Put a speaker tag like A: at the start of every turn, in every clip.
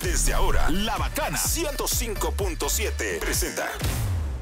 A: Desde ahora, La Bacana 105.7 presenta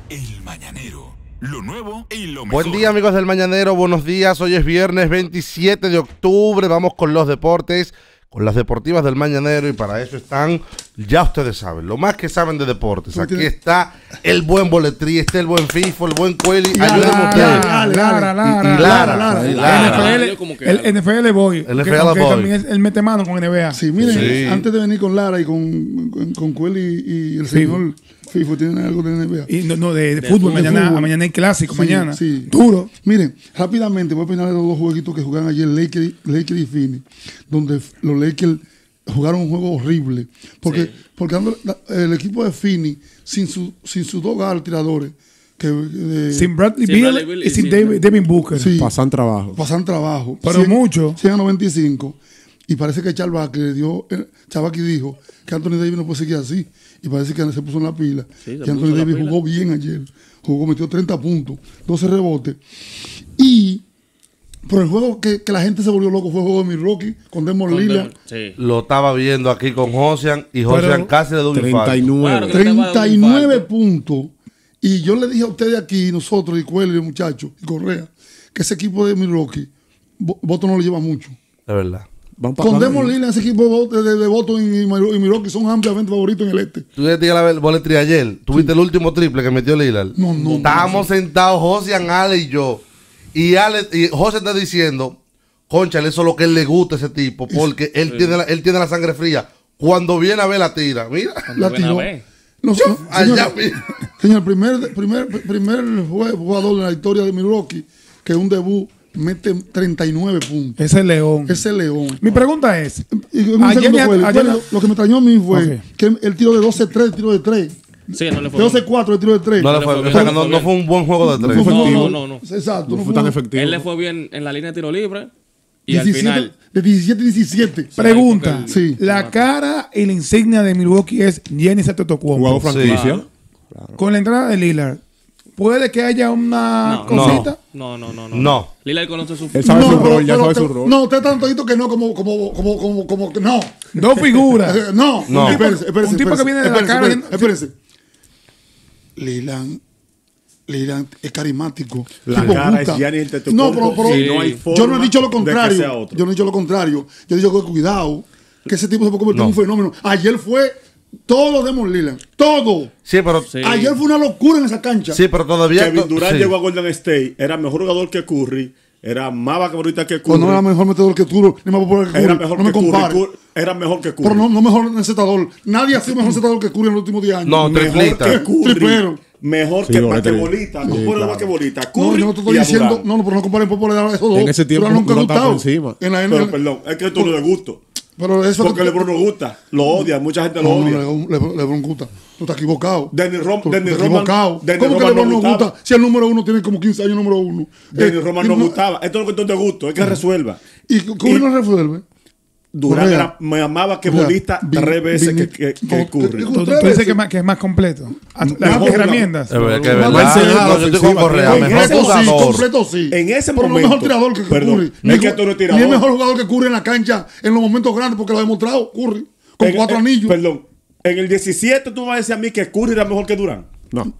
A: El Mañanero. Lo nuevo y lo mejor.
B: Buen día amigos del Mañanero, buenos días. Hoy es viernes 27 de octubre, vamos con los deportes, con las deportivas del Mañanero y para eso están, ya ustedes saben, lo más que saben de deportes. Aquí está el buen boletrí, está el buen FIFO, el buen Cueli, ayúdenme ustedes.
C: Lara, Lara,
B: Y- y Lara,
C: Ah, Lara,
B: Lara,
C: Lara,
B: y
D: Ah,
C: Lara.
B: Lara.
C: El NFL, el NFL Boy.
B: El
C: que-
B: NFL
C: que
B: Boy.
C: también es- Él mete mano con NBA.
E: Sí, miren,
B: Sí.
E: antes de venir con Lara y con, con, con Cueli y, y el señor FIFO, ¿tienen algo de NBA?
C: Y no, no, de, de fútbol, mañana,
E: fútbol.
C: mañana hay clásico,
E: Sí,
C: mañana.
E: sí.
C: Duro.
E: Miren, rápidamente voy a opinar de los dos jueguitos que jugaron ayer Lakers Lakers y Phoenix, donde f- los Lakers jugaron un juego horrible. Porque, porque ando- la- el equipo de Phoenix, sin, su, sin sus dos al tiradores, que eh,
C: Sin
D: Sin Bradley
C: Bradley Beal
D: Beal
C: y
D: y
C: sin
D: sin-
C: David- Devin Booker.
E: sí,
F: Pasan trabajo.
E: pasan trabajo.
C: Pero mucho.
E: 100 a 95. Y parece que Charles Barkley le dio, eh, Chabaki dijo que Anthony Davis no puede seguir así. Y parece que se puso en la pila.
D: Sí, se
E: y Anthony
D: puso en la
E: Davis
D: pila.
E: jugó bien ayer. Jugó, metió 30 puntos, 12 rebotes. Y por el juego que, que la gente se volvió loco fue el juego de mi Rocky con Demon Lila.
D: Sí.
B: Lo estaba viendo aquí con Josian y Josian casi le dio un infarto.
F: 39.
D: Claro que-
E: 39 puntos. Y yo le dije a ustedes aquí, nosotros, y Cuello, y muchachos, y Correa, que ese equipo de mi Rocky, vo- voto no lo lleva mucho.
B: De verdad.
F: Van pa-
E: Con
F: van-
E: Demon Lillard, ese equipo de voto- de, de voto y, y Milwaukee son ampliamente favoritos en el este.
B: Tú ya te la el boletrí ayer. Tuviste el último triple que metió Lillard.
E: No, no, no,
B: Estábamos sentados, Josian, Ale y yo. Y Ale, y José está diciendo, conchale, eso es lo que él le gusta a ese tipo, porque él, tiene, la, él tiene la sangre fría. Cuando viene a ver la tira, mira.
E: La
D: buena
E: tiró.
D: vez.
E: No, no,
B: Allá
E: señor,
B: mismo.
E: señor, primer, primer, primer jue- jugador de la historia de Milwaukee que un debut mete 39 puntos.
C: Ese es León.
E: Ese León.
C: Mi pregunta es:
E: Y- y- un
C: Ayer-
E: segundo, Joel.
C: ayer-
E: Joel, lo que me extrañó a mí fue
C: Ok.
E: que el tiro de 12-3, el tiro de 3.
D: Sí, no le
E: De
D: fue. bien.
E: 12-4, el tiro de 3.
B: No, le fue, o sea, que no, no fue un buen juego de tres.
D: No,
E: efectivo.
D: no, no,
E: Exacto.
F: No fue tan efectivo.
D: Él le fue bien en la línea de tiro libre. Y
E: 17
D: al final.
E: De 17 y 17.
C: pregunta.
D: porque
E: el- Sí.
C: La cara y la insignia de Milwaukee es Jenny Satotocompo.
F: Jugador franquicia.
C: Con la entrada de Lillard, ¿puede que haya una
D: No.
C: Ah, cosita?
D: No, no, no. No.
B: No.
D: Lillard conoce su.
F: Él sabe su rol, ya
E: pero
F: sabe
E: te-
F: su rol.
E: No, usted tan todito que no, como, como, como, como, como que no.
C: Dos figuras.
E: Eh, No,
B: No.
E: Espérese, espérese,
C: Un tipo que
E: espérese,
C: viene de la
E: espérese,
C: cara,
E: espérese,
C: viene-
E: Espérese. Lilan. Lilan es carismático.
F: La
E: tipo
F: cara
E: gusta.
F: es Giannis Antetokounmpo,
E: No, pero, pero
F: y no hay
E: yo no he
F: forma
E: dicho lo
F: de que
E: contrario.
F: sea otro.
E: Yo no he dicho lo contrario. Yo he dicho que cuidado, que ese tipo se puede convertir en
B: No.
E: un fenómeno. Ayer fue todo de Mon Lilan. Todo.
B: Sí, pero,
D: Sí.
E: Ayer fue una locura en esa cancha.
B: sí, pero todavía.
G: Kevin Durant
B: sí.
G: llegó a Golden State, era mejor jugador que Curry, era más vacabrita que
E: O
G: Curry.
E: Pues no era mejor metedor que tú, ni más popular que Curry.
G: era mejor
E: no me
G: que Curry,
E: compare.
G: Curry, Era mejor que Curry.
E: Pero no, no mejor encetador. Nadie ha sido mejor encetador que Curry en los últimos 10 años.
B: No,
G: mejor
B: tripleta.
G: que Curry.
E: Triplero.
G: Mejor
F: Sí,
G: que
F: doble, triple.
G: basquetbolista.
F: Sí,
G: Tú pones
F: claro.
G: basquetbolista.
E: No,
G: Curry
E: yo no te estoy
G: y a
E: diciendo.
G: Durant.
E: No, no, pero no comparen popularidad a esos dos.
F: En ese tiempo
E: Durant nunca
F: no
E: ha
F: estaba
E: gustado.
F: por encima.
E: En la en
G: Pero
E: la-
G: perdón, es que tú no le gusto.
E: Pero eso
G: Porque LeBron no gusta. Lo odia, mucha gente lo
E: No, no,
G: odia.
E: Lebron- Lebron Lebron gusta. Tú estás equivocado.
G: Dennis Rom-
E: Tú- tú
G: Dennis
E: estás
G: Rodman-
E: equivocado.
G: Dennis
E: ¿Cómo que
G: Rodman no
E: LeBron no
G: gustaba.
E: gusta? Si el número uno tiene como 15 años, número uno.
G: Dennis
E: Eh,
G: Roman
E: y
G: no gustaba. Esto es lo que yo te gusto, es que resuelva.
E: ¿Y Curry no resuelve?
G: Durant
E: Correa.
G: era, me amaba que
E: Correa.
G: bolista
E: Vin-
G: tres veces
E: Vin-
G: que, que, que
E: No,
G: Curry.
E: te-
C: Tú, tú
E: Tres
C: dices
E: veces.
C: que, es más- que es más completo. Las
G: Mejor
C: herramientas.
B: Es verdad, que es
E: No,
B: verdad. Ah,
E: Marcelo,
B: No, yo estoy con
E: ofensiva,
B: Correa.
E: completo
B: Mejor
E: sí,
B: jugador.
E: completo sí.
G: En ese
E: Pero no
G: momento.
E: mejor tirador que
G: Perdón,
E: Curry.
G: no es que tú no eres
E: Ni es
G: tirador.
E: mejor jugador que Curry en la cancha en los momentos grandes porque lo ha demostrado Curry. Con
G: En-
E: cuatro
G: en-
E: anillos.
G: Perdón. En el 17 tú me vas a decir a mí que Curry era mejor que Durán.
F: No.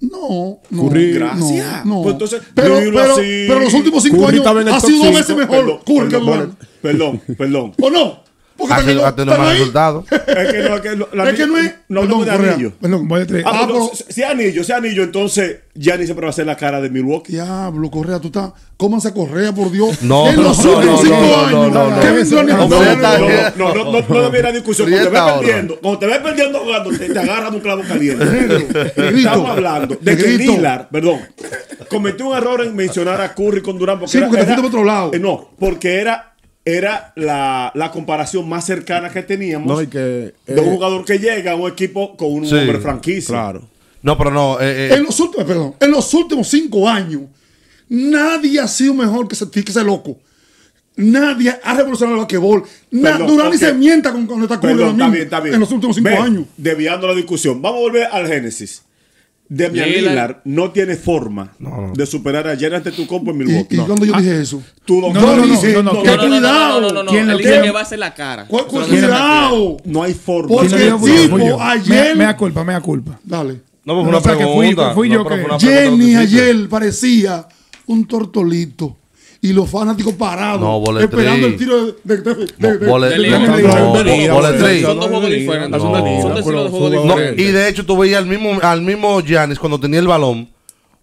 E: No, no.
F: Curry,
E: no,
G: gracias.
E: No.
G: Pues entonces,
E: pero,
G: dilo
E: pero,
G: así.
E: pero los últimos cinco
F: Curry estaba
E: años
F: en el
E: ha
F: top
E: sido dos
F: cinco,
E: veces mejor
G: Perdón,
E: Curry que
G: perdón,
E: Durant.
G: Perdón, perdón.
E: ¿O no? Porque
B: Ha tenido, ha tenido
E: están
B: más
E: ahí.
B: resultados.
G: Es que no, es que no, la-
E: Es que no es-
G: No
C: Perdón,
G: hablamos de
C: Correa.
G: anillo.
C: Perdón, voy a traer-
G: Ah,
E: Ah,
G: pero
E: pero-
G: si si anillo, si anillo, entonces Gianni siempre va a ser la cara de Milwaukee.
E: Diablo, Correa, tú estás. Cómanse a Correa, por Dios.
B: No,
E: en
B: no,
E: los
B: no,
E: últimos
B: no,
E: cinco
B: no,
E: años.
B: no, no, no.
E: Kevin Durant
B: No,
E: está
G: No, no,
B: Hombre,
G: no,
E: hablando.
B: está-
G: no, no, no, no debiera discusión. Cuando
B: Rieta
G: te ves
B: ahora.
G: perdiendo, cuando te ves perdiendo jugando, te, te agarras de un clavo caliente.
E: Negrito.
G: Estamos hablando de que
E: Negrito.
G: Lillard, perdón, cometió un error en mencionar a Curry con Durán.
E: Sí, porque te fuiste para otro lado.
G: eh, no, porque era, era la, la comparación más cercana que teníamos
F: No, y que,
G: de un
F: eh,
G: jugador que llega a un equipo con un
B: Sí,
G: hombre franquicia.
F: Claro.
B: No, pero no. eh, eh,
E: En los últimos, perdón, en los últimos cinco años, nadie ha sido mejor que ese, que ese loco. Nadie ha revolucionado el basquetbol. Na-
G: Perdón,
E: Durán ni
G: ok.
E: se mienta con, con esta
G: Perdón,
E: curva
G: está bien, está bien.
E: en los últimos cinco
G: Ve,
E: años.
G: Desviando la discusión. Vamos a volver al Génesis. Damian
D: Lillard.
G: Lillard, no tiene forma de superar a Gerard tu compo en Milwaukee.
E: Y, y
G: No. Ah,
E: cuando yo dije eso,
G: Tú lo
C: No,
G: tú
C: no, no,
G: dices,
C: no, no,
G: tú-
C: que-
D: No, no, no, no, no, no, no.
C: ¿Quién
D: Él
C: lo
D: dice
C: quiere?
D: que va a ser la cara.
E: cu-
D: Nosotros no tenemos
E: cuidado.
G: no hay forma.
E: Porque
C: Porque
E: el tipo ayer-
C: Me da culpa, me da culpa.
E: Dale.
B: no, pues
C: no,
B: una
C: o sea, que fui-
B: pregunta.
C: fui
B: no,
C: yo
B: pero
C: que-
B: fue una pregunta que
E: Jenny
B: tú hiciste.
E: ayer parecía un tortolito. Y los fanáticos parados.
B: No, boletrí.
E: esperando el tiro de. de, de- de-
B: Bo- bole-
E: de-
D: que-
E: de-
D: Del-
E: de- de- de-
D: no, no,
E: de-
B: bo- boletrín.
D: Son dos juegos diferentes. Son
B: Ah, No.
D: dos son dos estilos de juego
B: No,
D: diferentes.
B: y de hecho tú veías al mismo, al mismo Giannis cuando tenía el balón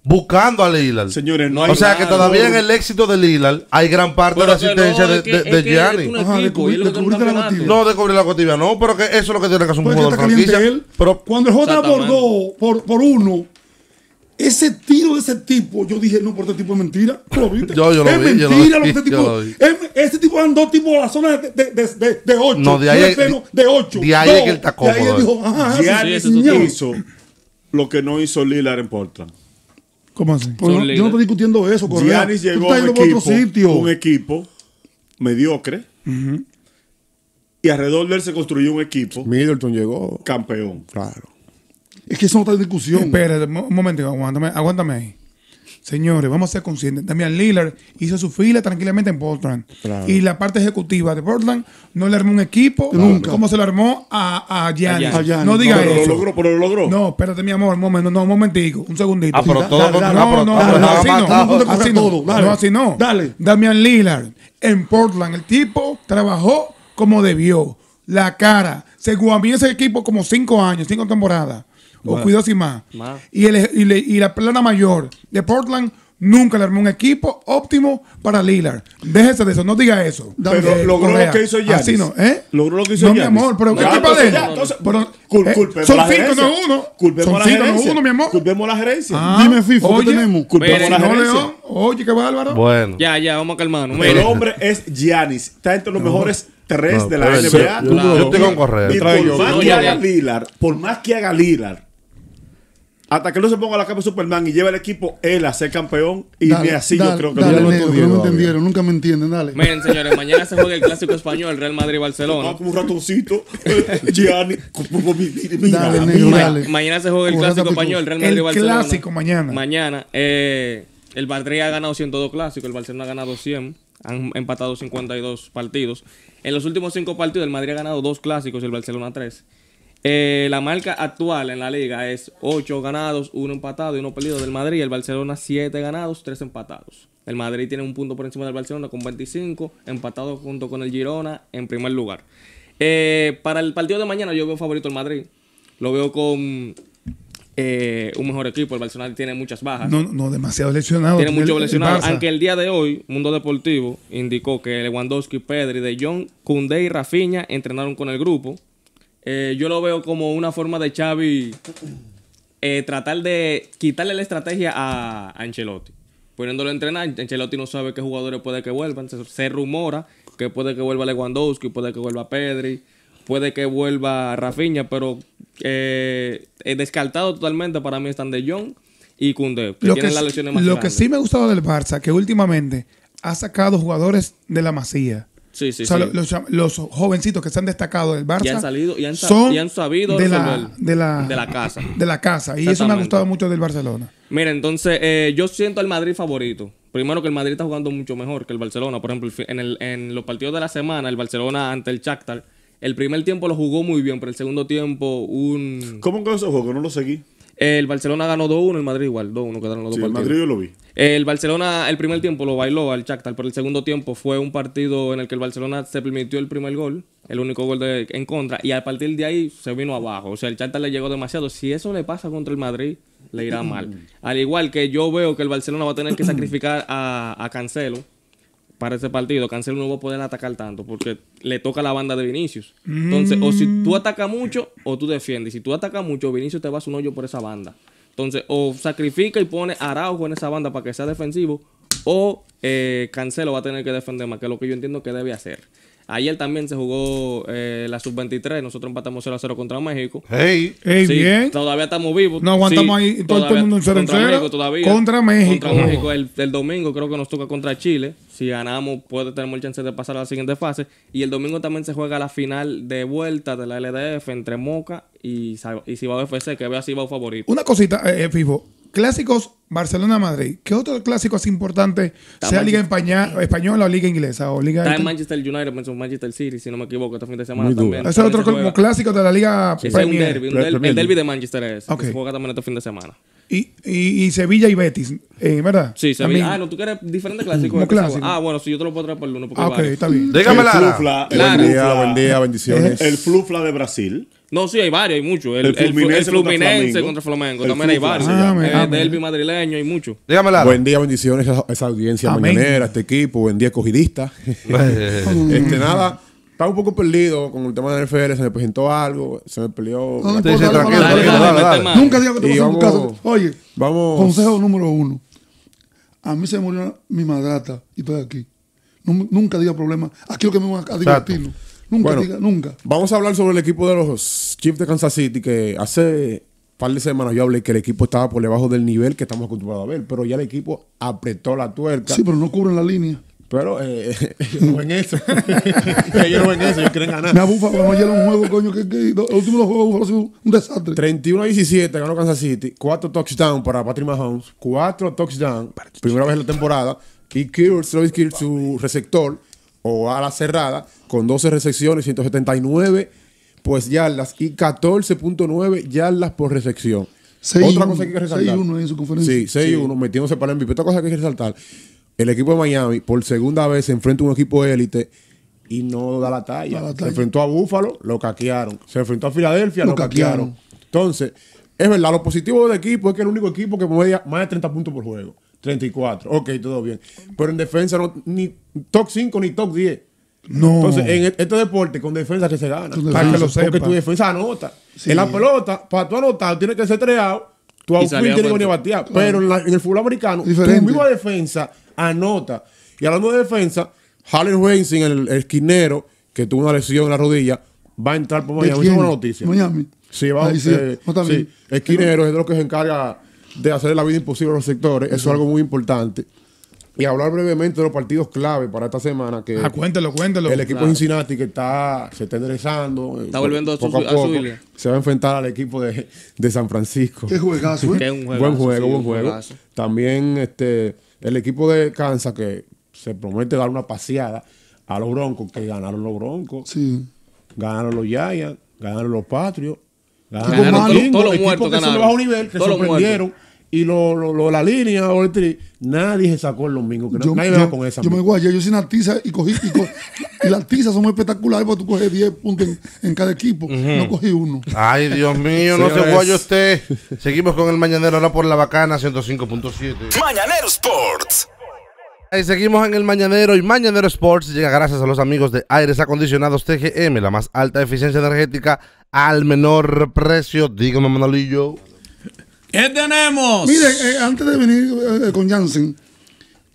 B: buscando a Lillard.
G: Señores, no hay
B: o sea que
G: nada.
B: todavía en el éxito de Lillard hay gran parte de la
D: Pero que
B: asistencia
D: no,
B: de,
D: es que-
B: de,
D: es
B: de
D: que
B: Giannis.
D: es un
E: Ajá,
D: equipo y él es un
E: descubriste la
D: campeonato.
E: motividad.
B: No de cubrir la cotilla, no, pero que eso es lo que tiene que hacer un
E: Porque
B: jugador
E: está
B: franquicia.
E: caliente él.
B: Pero
E: cuando el J por
D: Exactamente.
E: dos, por, por uno, ese tiro de ese tipo, yo dije, no, pero este tipo es mentira. ¿Tú lo viste?
B: Yo- yo lo
E: es
B: vi, yo lo
E: mentira
B: vi,
E: que este
B: yo
E: tipo.
B: lo vi.
E: es- Este tipo dan dos tipos a la zona de, de, de, de, de ocho.
B: No, de ahí
E: Yo
B: es-
E: espero de ocho.
B: de ahí
E: dos.
B: es que él está
E: De ahí él
B: cómodo. eh.
E: dijo, ajá,
G: Giannis
E: sí,
D: eso
E: sí,
D: es
E: señor.
G: hizo lo que no hizo Lillard en Portland.
C: ¿Cómo así?
E: Pues no-
D: Son
E: yo no estoy discutiendo eso, Correa.
G: Giannis
E: Tú
G: llegó
E: estás
G: a un
E: yendo para
G: equipo,
E: otro sitio.
G: un equipo mediocre y alrededor de él se construyó un equipo
F: Middleton llegó.
G: campeón.
F: Claro.
E: Es que eso no está en discusión.
C: Espérate, mo- un momento, aguántame, aguántame ahí. Señores, vamos a ser conscientes. También Lillard hizo su fila tranquilamente en Portland.
F: Claro.
C: Y la parte ejecutiva de Portland no le armó un equipo
E: Nunca.
C: como se lo armó a, a Giannis.
D: A
E: Giannis.
C: No diga
G: Pero
C: eso.
G: lo logró, pero lo logró.
C: No, espérate, mi amor, un momento, no, un momentico, un segundito.
B: Ah, pero
C: Da-
B: todo
C: da-
B: con-
C: da-
B: ah,
C: no,
B: pero-
C: no,
B: ah, pero
C: no,
B: nada
C: así
B: más está-
C: no, así no,
E: todo, dale.
C: no, así no.
E: Dale.
C: Damian Lillard en Portland, el tipo trabajó como debió, la cara, se guamió en ese equipo como cinco años, cinco temporadas, o cuidado si más.
D: Más.
C: Y, el- y le- y la plana mayor de Portland nunca le armó un equipo óptimo para Lillard. Déjese de eso, no diga eso.
G: Pero
C: Eh,
G: logró
C: Correa,
G: lo que hizo Giannis.
C: Así no, ¿eh?
G: Logró lo que hizo
C: No,
G: Giannis.
C: mi amor, pero
G: Ya,
C: ¿qué tipo
G: entonces
C: de
G: ya, entonces,
C: Pero,
G: cul-
C: eh,
G: culpemos
C: Son
G: a la
C: cinco, no
G: gerencia.
C: uno.
G: Culpemos a
C: Son
G: la
C: cinco, no
G: gerencia.
C: uno, mi amor.
G: Culpemos a la gerencia.
C: Ah,
E: Dime, FIFA, ¿qué
C: oye,
E: tenemos?
G: Culpemos
D: pero
G: a la
C: No,
G: gerencia.
C: León. Oye, qué bárbaro.
B: bueno.
D: Ya, ya, vamos a calmarnos.
G: El
D: Mira,
G: hombre es Giannis. Está entre los mejores tres
B: No,
G: de la
B: pero-
G: NBA.
B: yo- yo estoy con Correa.
G: Y
F: Trae yo.
G: por más
D: No,
G: que
D: ya, ya.
G: haga Lillard, por más que haga Lillard, hasta que no se ponga la capa de Superman y lleve el equipo él a ser campeón, y ni así yo
E: dale,
G: creo que
E: dale,
G: lo
F: no
E: negro, que no
F: entendieron,
E: me
F: todavía.
E: entendieron, nunca me entienden, dale.
D: miren, señores, mañana se juega el clásico español, Real
G: Ah,
D: Madrid-Barcelona.
G: como un ratoncito. eh, Gianni. como- mira,
E: Dale,
G: mira.
E: negro,
D: Ma-
E: dale.
D: Mañana se juega el
E: Correa,
D: clásico
E: date tú.
D: español, Real
C: El
D: Madrid-Barcelona.
C: clásico mañana.
D: Mañana. eh, el Madrid ha ganado 102 clásicos, el Barcelona ha ganado 100. Han empatado 52 partidos. En los últimos 5 partidos, el Madrid ha ganado 2 clásicos y el Barcelona 3. la marca actual en la liga es 8 ganados, 1 empatado y 1 perdido del Madrid. El Barcelona 7 ganados, 3 empatados. El Madrid tiene un punto por encima del Barcelona con 25, empatado junto con el Girona en primer lugar. Eh, para el partido de mañana yo veo favorito el Madrid. Lo veo con eh, un mejor equipo. El Barcelona tiene muchas bajas.
C: No, no, demasiado lesionado.
D: tiene muchos
C: El- el
D: lesionados.
C: Barça.
D: Aunque el día de hoy, Mundo Deportivo indicó que Lewandowski, Pedri, De Jong, Koundé y Rafinha entrenaron con el grupo. Eh, yo lo veo como una forma de Xavi eh, tratar de quitarle la estrategia a a Ancelotti. Poniéndolo a entrenar, Ancelotti no sabe qué jugadores puede que vuelvan. Se, se rumora que puede que vuelva Lewandowski, puede que vuelva Pedri, puede que vuelva Rafinha, pero eh, eh, descartado totalmente para mí están De Jong y Koundé, que
C: lo que,
D: tienen las
C: sí-
D: lesiones más
C: lo que
D: grandes.
C: sí me ha gustado del Barça, que últimamente ha sacado jugadores de la masía.
D: Sí, sí,
C: o sea,
D: sí.
C: lo- Los, cham- los jovencitos que se han destacado del Barça
D: Y han salido- y han sa-
C: son
D: y han sabido
C: de la,
D: resolver.
C: de, la,
D: De la casa.
C: de la casa. Y eso me ha
D: Exactamente.
C: gustado mucho del Barcelona.
D: Mira, entonces eh, yo siento al Madrid favorito. Primero que el Madrid está jugando mucho mejor que el Barcelona. Por ejemplo, el fi- en, el- en los partidos de la semana, el Barcelona ante el Shakhtar, el primer tiempo lo jugó muy bien, pero el segundo tiempo un...
G: ¿Cómo que esos juegos? No lo seguí.
D: El Barcelona ganó 2-1, el Madrid igual, 2-1 quedaron los
G: Sí,
D: dos partidos.
G: el Madrid yo lo vi.
D: El Barcelona, el primer tiempo lo bailó al Shakhtar, pero el segundo tiempo fue un partido en el que el Barcelona se permitió el primer gol, el único gol de- en contra, y a partir de ahí se vino abajo. O sea, el Shakhtar le llegó demasiado. Si eso le pasa contra el Madrid, le irá mal. Al igual que yo veo que el Barcelona va a tener que sacrificar a, a Cancelo para ese partido. Cancelo no va a poder atacar tanto porque le toca la banda de Vinicius.
C: Mm.
D: Entonces, o si tú atacas mucho o tú defiendes. Si tú atacas mucho, Vinicius te va a hacer un hoyo por esa banda. Entonces, o sacrifica y pone a Araujo en esa banda para que sea defensivo, o eh, Cancelo va a tener que defender más, que es lo que yo entiendo que debe hacer. Ayer también se jugó eh, la sub-23, nosotros empatamos 0 a 0 contra México.
B: Hey,
C: Ey,
D: Sí,
C: bien.
D: Todavía estamos vivos.
C: Pues No aguantamos
D: Sí,
C: ahí, todo- todo el
D: todavía
C: mundo en cero en
D: contra
C: cero.
D: México todavía.
C: Contra México.
D: Contra México el, el domingo creo que nos toca contra Chile. Si ganamos, puede tener chance de pasar a la siguiente fase. Y el domingo también se juega la final de vuelta de la LDF entre Moca y, Sa- y Cibao FC, que veo a Cibao favorito.
C: Una cosita, eh, eh, Fifo. Clásicos Barcelona-Madrid. ¿Qué otro clásico así importante, sea Liga España- Española o Liga Inglesa? O Liga
D: Está en Manchester United, en Manchester City, si no me equivoco, este fin de semana
F: Muy duro.
D: también.
C: Ese es
D: También
C: otro
D: se
C: como
D: juega.
C: clásico de la Liga
D: Ese es un
C: Premier.
D: derby, un
F: Premier
D: derbi-
F: League.
D: el derby de Manchester es. que
C: Ok.
D: Se juega también este fin de semana.
C: Y, y, y Sevilla y Betis, eh, ¿verdad?
D: Sí, se
C: También.
D: Ah, no, tú quieres diferentes clásicos.
C: Como
D: de esa-
C: clásico.
D: Ah, bueno, sí, yo te lo puedo traer por el lunes. Porque
C: Ah,
D: hay
C: ok,
D: varios.
C: está bien.
B: déjame
G: el
B: la.
G: Flufla,
D: Claro.
G: el
F: Buen día,
G: Flufla,
F: buen día, bendiciones.
G: El Flufla de Brasil.
D: No, sí, hay varios, hay muchos. El,
G: El
D: el, Flu- el
G: Fluminense
D: Fluminense, contra
G: contra Flamengo.
D: Flamengo,
G: El
D: también hay varios.
G: Fluminense.
C: Ah,
D: el
C: amén.
D: derbi madrileño, hay muchos.
B: Déjame la.
F: Buen día, bendiciones a esa audiencia
C: Amén.
F: mañanera, a este equipo. Buen día, cogidista. este, nada, estaba un poco perdido con el tema de la NFL. Se me presentó algo, se me peleó.
E: No, no
B: Sí, sí,
E: importa,
B: tranquilo,
E: Ah, dale,
B: tranquilo,
E: dale,
B: dale,
D: dale.
B: dale.
D: Vale.
E: Nunca digas que te
F: Y
E: vas a tu
F: vamos-
E: casa. Oye,
F: vamos-
E: consejo número uno. A mí se me murió mi madrata y estoy aquí. Nu- nunca diga problema. Aquí lo que me voy a divertirnos. Nunca
F: Bueno.
E: diga, nunca.
F: Vamos a hablar sobre el equipo de los Chiefs de Kansas City, que hace par de semanas yo hablé que el equipo estaba por debajo del nivel que estamos acostumbrados a ver, pero ya el equipo apretó la tuerca.
E: Sí, pero no cubren la línea.
F: Pero eh, ellos no ven eso. ellos no ven eso, ellos quieren ganar.
E: Me abufa porque no llega un juego, coño. Que, que, los últimos dos juegos ha sido un desastre.
F: 31 a 17 ganó Kansas City. 4 touchdowns para Patrick Mahomes. 4 touchdowns. Primera vez en la temporada. Y Kirk, Travis Kirk, su receptor o ala cerrada, con 12 recepciones, 179 pues yardas y 14.9 yardas por recepción.
E: 6-1,
F: Otra cosa que hay que resaltar.
E: 6-1 en su conferencia.
F: Sí, 6-1, metiéndose para el MVP. Otra cosa que hay que resaltar. El equipo de Miami, por segunda vez, se enfrenta a un equipo élite y no da la talla.
E: Da la
F: Se
E: talla.
F: enfrentó a Búfalo, lo caquearon. Se enfrentó a Filadelfia,
E: Lo
F: lo, caquearon. Entonces, es verdad, lo positivo del equipo es que es el único equipo que media más de 30 puntos por juego. 34, ok, todo bien. Pero en defensa, no, ni top 5 ni top 10.
C: No.
F: Entonces, en e- este deporte, con defensa que se gana.
E: Con
F: Para que lo
C: defensa.
F: sepa. Porque
C: sepa.
F: tu defensa anota. En la pelota, para tú anotar, tienes que ser treado. Tu outfield
D: salir a
F: tiene que venir a
D: puerto.
F: batear. Pero en, la- en el fútbol americano,
E: Diferente.
F: tu misma defensa anota. Y hablando de defensa, Harley Weinstein, el, el esquinero, que tuvo una lesión en la rodilla, va a entrar por
E: ¿De
F: Miami. Esa
E: quién?
F: es una noticia.
E: Miami.
F: Sí, va
E: Ahí sí,
F: eh,
E: no, está
F: sí,
E: bien.
F: Esquinero es de los que se encarga de hacer la vida imposible a los sectores. Eso es algo muy importante. Y hablar brevemente de los partidos clave para esta semana. Que
C: Ah, cuéntelo, cuéntelo.
F: el equipo de Cincinnati que está, se está enderezando. eh,
D: Está volviendo a su-
F: poco
D: a su liga.
F: Se va a enfrentar al equipo de, de San Francisco.
E: Qué juegazo,
D: Que es
E: ¿eh?
D: un
F: buen
D: juegazo,
F: juego,
D: sí,
F: buen
D: un
F: juego.
D: juegazo.
F: También este, el equipo de Kansas que se promete dar una paseada a los Broncos, que ganaron los Broncos,
E: Sí.
F: ganaron los Giants, ganaron los Patriots,
D: Ganaron
F: los
D: todos-
F: Vikings,
D: todos los
F: equipos
D: muertos
F: que son de
D: ganaron.
F: bajo nivel, que
D: Todos los
F: sorprendieron. Y lo, lo- lo- la línea, all three, nadie se sacó el domingo. Que no- nadie me va con esa.
E: yo me
F: amigo.
E: guayé, yo hice una tiza y cogí. Y, co- y las tizas son muy espectaculares porque tú coges 10 puntos en, en cada equipo. No cogí uno.
B: Ay, Dios mío, no se
F: Señores.
B: guayo usted. Seguimos con el mañanero ahora por la bacana 105.7.
A: Mañanero Sports.
B: Y seguimos en el Mañanero y Mañanero Sports llega gracias a los amigos de Aires Acondicionados TGM, la más alta eficiencia energética al menor precio. Dígame, Manolillo.
H: ¿Qué tenemos?
E: Miren, eh, antes de venir eh, con Jansen,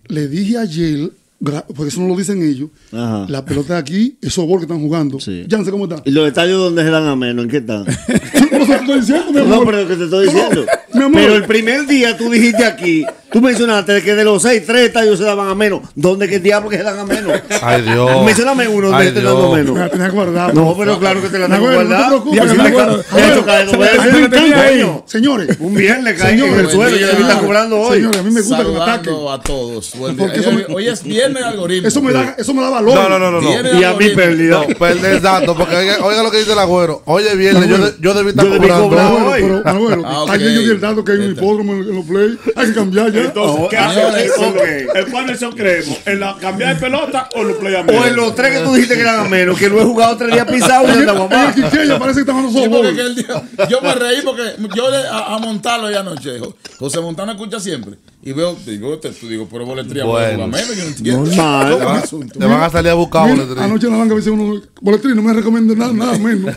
E: le dije ayer, gra- porque eso no lo dicen ellos,
I: Ajá.
E: la pelota de aquí, esos bol que están jugando.
I: Sí.
E: Jansen, ¿cómo está?
I: ¿Y los detalles dónde se dan a menos? ¿En qué están?
E: Por eso te estoy diciendo, mi
I: No,
E: amor.
I: pero lo que te estoy
E: No,
I: diciendo.
E: mi amor.
I: Pero el primer día tú dijiste aquí, tú mencionaste que de los seis, tres estadios se daban a menos. ¿Dónde qué diablo que se dan a menos?
B: Ay, Dios.
I: Mencioname uno
B: Ay,
I: donde te dan a
B: Dios.
E: Me la
I: menos.
E: tenía guardada.
I: No, pero claro que te la
E: Me
I: tengo
E: acuerdo, no te
I: guardada.
E: preocupes,
I: Ya se
E: me
I: me
E: acuerdo.
I: ca- ya se cae dos
E: Se me-
I: veces.
E: se me tenía ahí.
I: Coño.
E: Señores,
I: Un viernes caí
E: Señores,
I: en el suelo, yo debí estar cobrando hoy.
E: Señores, a mí me gusta que me ataquen.
H: Saludando a todos. Buen día.
E: Porque eso
H: Hoy,
E: me-
H: hoy es viernes de algoritmo.
E: Eso me da, eso me da valor.
B: No, no, no, no. no.
H: Viernes de
I: Y a mí
H: algoritmo.
I: pérdida.
B: No, perde el dato, porque oiga, oiga lo que dice el agüero. Oye, viernes, yo, de- yo debí estar
I: Yo debí
B: cobrando.
I: cobrar.
E: Bueno,
I: hoy.
E: pero, Manuel,
H: Ah, ok.
I: Este.
E: ayer yo di el dato que hay un
H: Está.
E: hipódromo en, en los play. Hay que cambiar ya.
G: Entonces, ¿qué hace
I: Oh, Señores,
G: el
I: sí.
G: Ok. ¿En cuál versión creemos? ¿En la cambiada de pelota o en los play a menos?
I: O en los tres que tú dijiste que eran a menos, que lo he jugado tres días pisado y anda mamá.
H: Sí, porque que él dijo- Yo me reí porque yo le, a, a Montano hoy anoche. jo- José Montano escucha siempre. Y veo, digo, te, tú digo, pero boletría
B: Bueno.
H: bueno. menos, yo no entiendo.
B: Normal.
H: ¿Cómo es el
B: Ah,
H: asunto?
B: te van a salir a buscar
E: Mira,
B: boletín.
E: Anoche en la banca me dice uno, boletín, no me recomiendo nada, nada menos.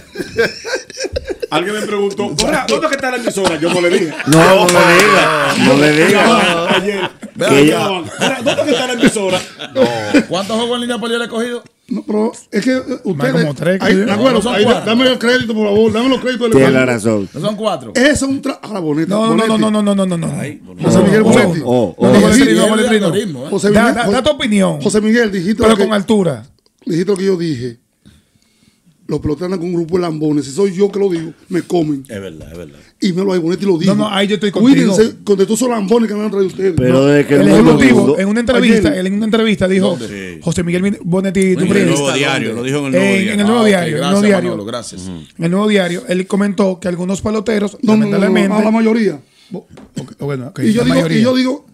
G: Alguien me preguntó, "Cora, ¿dónde es que está la emisora? Yo no le dije.
I: No, no le diga, no le diga.
G: Ayer.
H: Ve
G: que
H: acá.
G: llamaban, "Cora, ¿Dónde es que está la emisora?
H: ¿Cuántos juegos en línea para le he cogido?
E: No, pero es que eh, ustedes.
C: como tres,
E: ahí,
C: creo.
E: de acuerdo,
H: No, son
E: ahí,
H: cuatro.
E: dame los créditos, por favor. Dame los créditos del
I: Tiene
E: banco.
I: la razón.
H: ¿No son cuatro?
E: Ese es un Ah, trabajo. Ahora, bonito.
C: No, no, no, no, no, no, no, no, no.
E: José Miguel Bonetti.
I: oh, oh.
C: No,
E: José
C: Boletrino,
E: Miguel,
H: el
C: Boletrino.
H: algoritmo, eh.
E: José
C: Da,
E: Miguel,
C: da, da tu opinión,
E: José Miguel, dijiste
C: pero
E: lo, que,
C: con altura.
E: dijiste lo que yo dije. Los peloteros andan con un grupo de lambones. Si soy yo que lo digo, me comen.
H: Es verdad, es verdad.
E: Y me lo hay bonito y lo digo.
C: No, no, ahí yo estoy contigo.
E: Cuídense con de todos esos lambones que me han traído ustedes.
I: Pero desde que
C: El
I: no me
C: ejecutivo,
I: gustó-
C: en una entrevista,
E: Ayer.
C: él en una entrevista dijo José Miguel Bonetti
H: Muy
C: tu
H: bien.
C: primo,
H: Nuevo Diario, lo dijo en el Nuevo Diario.
C: En el nuevo
H: Ah, ok,
C: diario, en el nuevo
H: gracias,
C: diario.
H: Manolo, gracias.
C: En el nuevo diario, él comentó que algunos peloteros,
E: No, no, no, no,
C: lamentablemente.
E: a la mayoría.
C: Ok, bueno, ok,
E: Y yo,
C: la
E: digo,
C: mayoría.
E: y yo digo,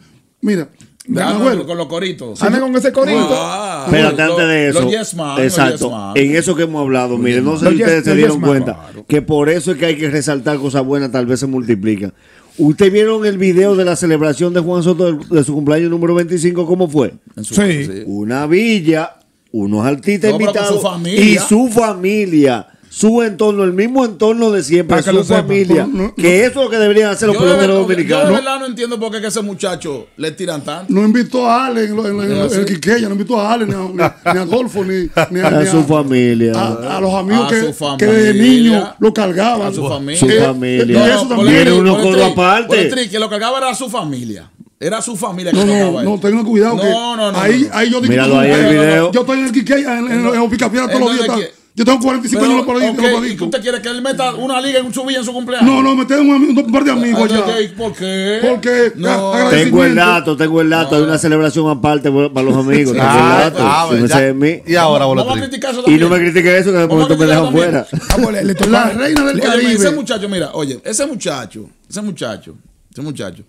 E: mira, me
H: Ah, no,
E: acuerdo.
H: con los coritos.
C: Anda con ese corito.
H: Ah,
I: Espérate,
H: lo-
I: antes de eso.
H: Los yes man, los yes
I: exacto.
H: man.
I: en eso que hemos hablado, miren, no sé
C: Los
I: si
C: yes-
I: ustedes se
C: los
I: dieron
C: yes man.
I: cuenta que por eso es que hay que resaltar cosas buenas, tal vez se multiplican. ¿Ustedes vieron el video de la celebración de Juan Soto de, de su cumpleaños número 25? ¿Cómo fue?
H: En su-
C: Sí.
I: Una villa, unos artistas
H: No, pero con
I: invitados
H: su familia.
I: y su familia. Su entorno, el mismo entorno de siempre,
C: Para que
I: su
C: lo sepan.
I: familia.
E: No, no,
I: que eso es lo que deberían hacer
H: Yo
I: los
H: de, verdad,
I: peloteros
H: yo de
I: dominicanos.
H: verdad no entiendo por qué que ese muchacho le tiran tanto.
E: No invitó a Ale en, lo- en, lo- en
C: Ah,
E: lo- en el Quiqueya, no invitó a Ale, ni a, ni- ni a Adolfo, ni, ni a,
I: A
E: ni
I: su familia.
E: a- a los
C: Ah,
E: amigos
H: A
E: que,
H: su
E: que de
H: familia.
E: niño lo cargaban.
H: A su familia.
I: Su
E: Eh,
I: familia.
E: eh, eso
I: No,
E: también.
I: Tiene unos
H: Boletri-
I: coros aparte.
H: Boletri, que lo cargaba era su familia. Era su familia que
E: No,
H: cargaba
E: no,
H: él.
E: no, tengan cuidado que
H: No, no, no.
E: ahí,
H: no, no.
E: ahí yo
I: Míralo ahí el
E: eh,
I: video.
E: Yo estoy en el Quiqueya, en, en, en los Picapiedra todos los días.
H: Entonces,
E: está-
H: ¿qué?
E: Yo tengo 45
H: Pero,
E: años por ahí,
H: ok,
E: los
H: ¿y qué
E: paditos.
H: usted quiere que él meta una liga en su villa en su cumpleaños?
E: No, no, me tengo un, un par de
H: Ay,
E: amigos
H: ok,
E: allá.
H: ¿Por qué?
E: Porque
H: No.
E: a- agradecimiento.
I: Tengo el dato, tengo el dato. Hay una celebración aparte por- para los amigos. Tengo
B: Ah,
I: el dato.
B: ah,
I: Yo me
B: ya.
I: sé de mí.
B: Y ahora,
H: Vamos a
B: boletín.
H: criticar eso
I: Y
H: también.
I: no me critiques eso, que después
H: Vamos a
I: tú me
H: criticar
I: dejas
H: también.
I: fuera.
C: Ah, pues, le- le tocó-
E: La reina del
H: Oye, ese
E: Caribe.
H: muchacho, mira, oye, ese muchacho, ese muchacho, ese muchacho,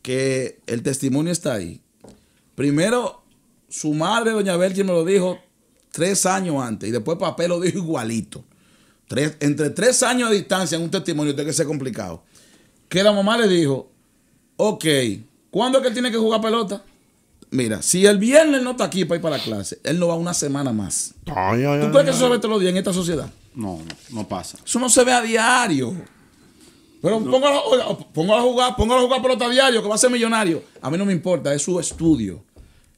H: que el testimonio está ahí. Primero, su madre, doña Belchi, me lo dijo tres años antes, y después papel lo dijo igualito. Tres- entre tres años de distancia en un testimonio, tiene que ser complicado. Que la mamá le dijo, ok, ¿cuándo es que él tiene que jugar pelota? Mira, si el viernes no está aquí para ir para la clase, él no va una semana más.
B: Ay, ay,
H: ¿Tú
B: ay,
H: crees que eso se ve todos los días en esta sociedad?
G: No, no, no pasa.
H: Eso no se ve a diario. Pero póngalo, oiga, póngalo a jugar, póngalo a jugar pelota a diario, que va a ser millonario. A mí no me importa, es su estudio.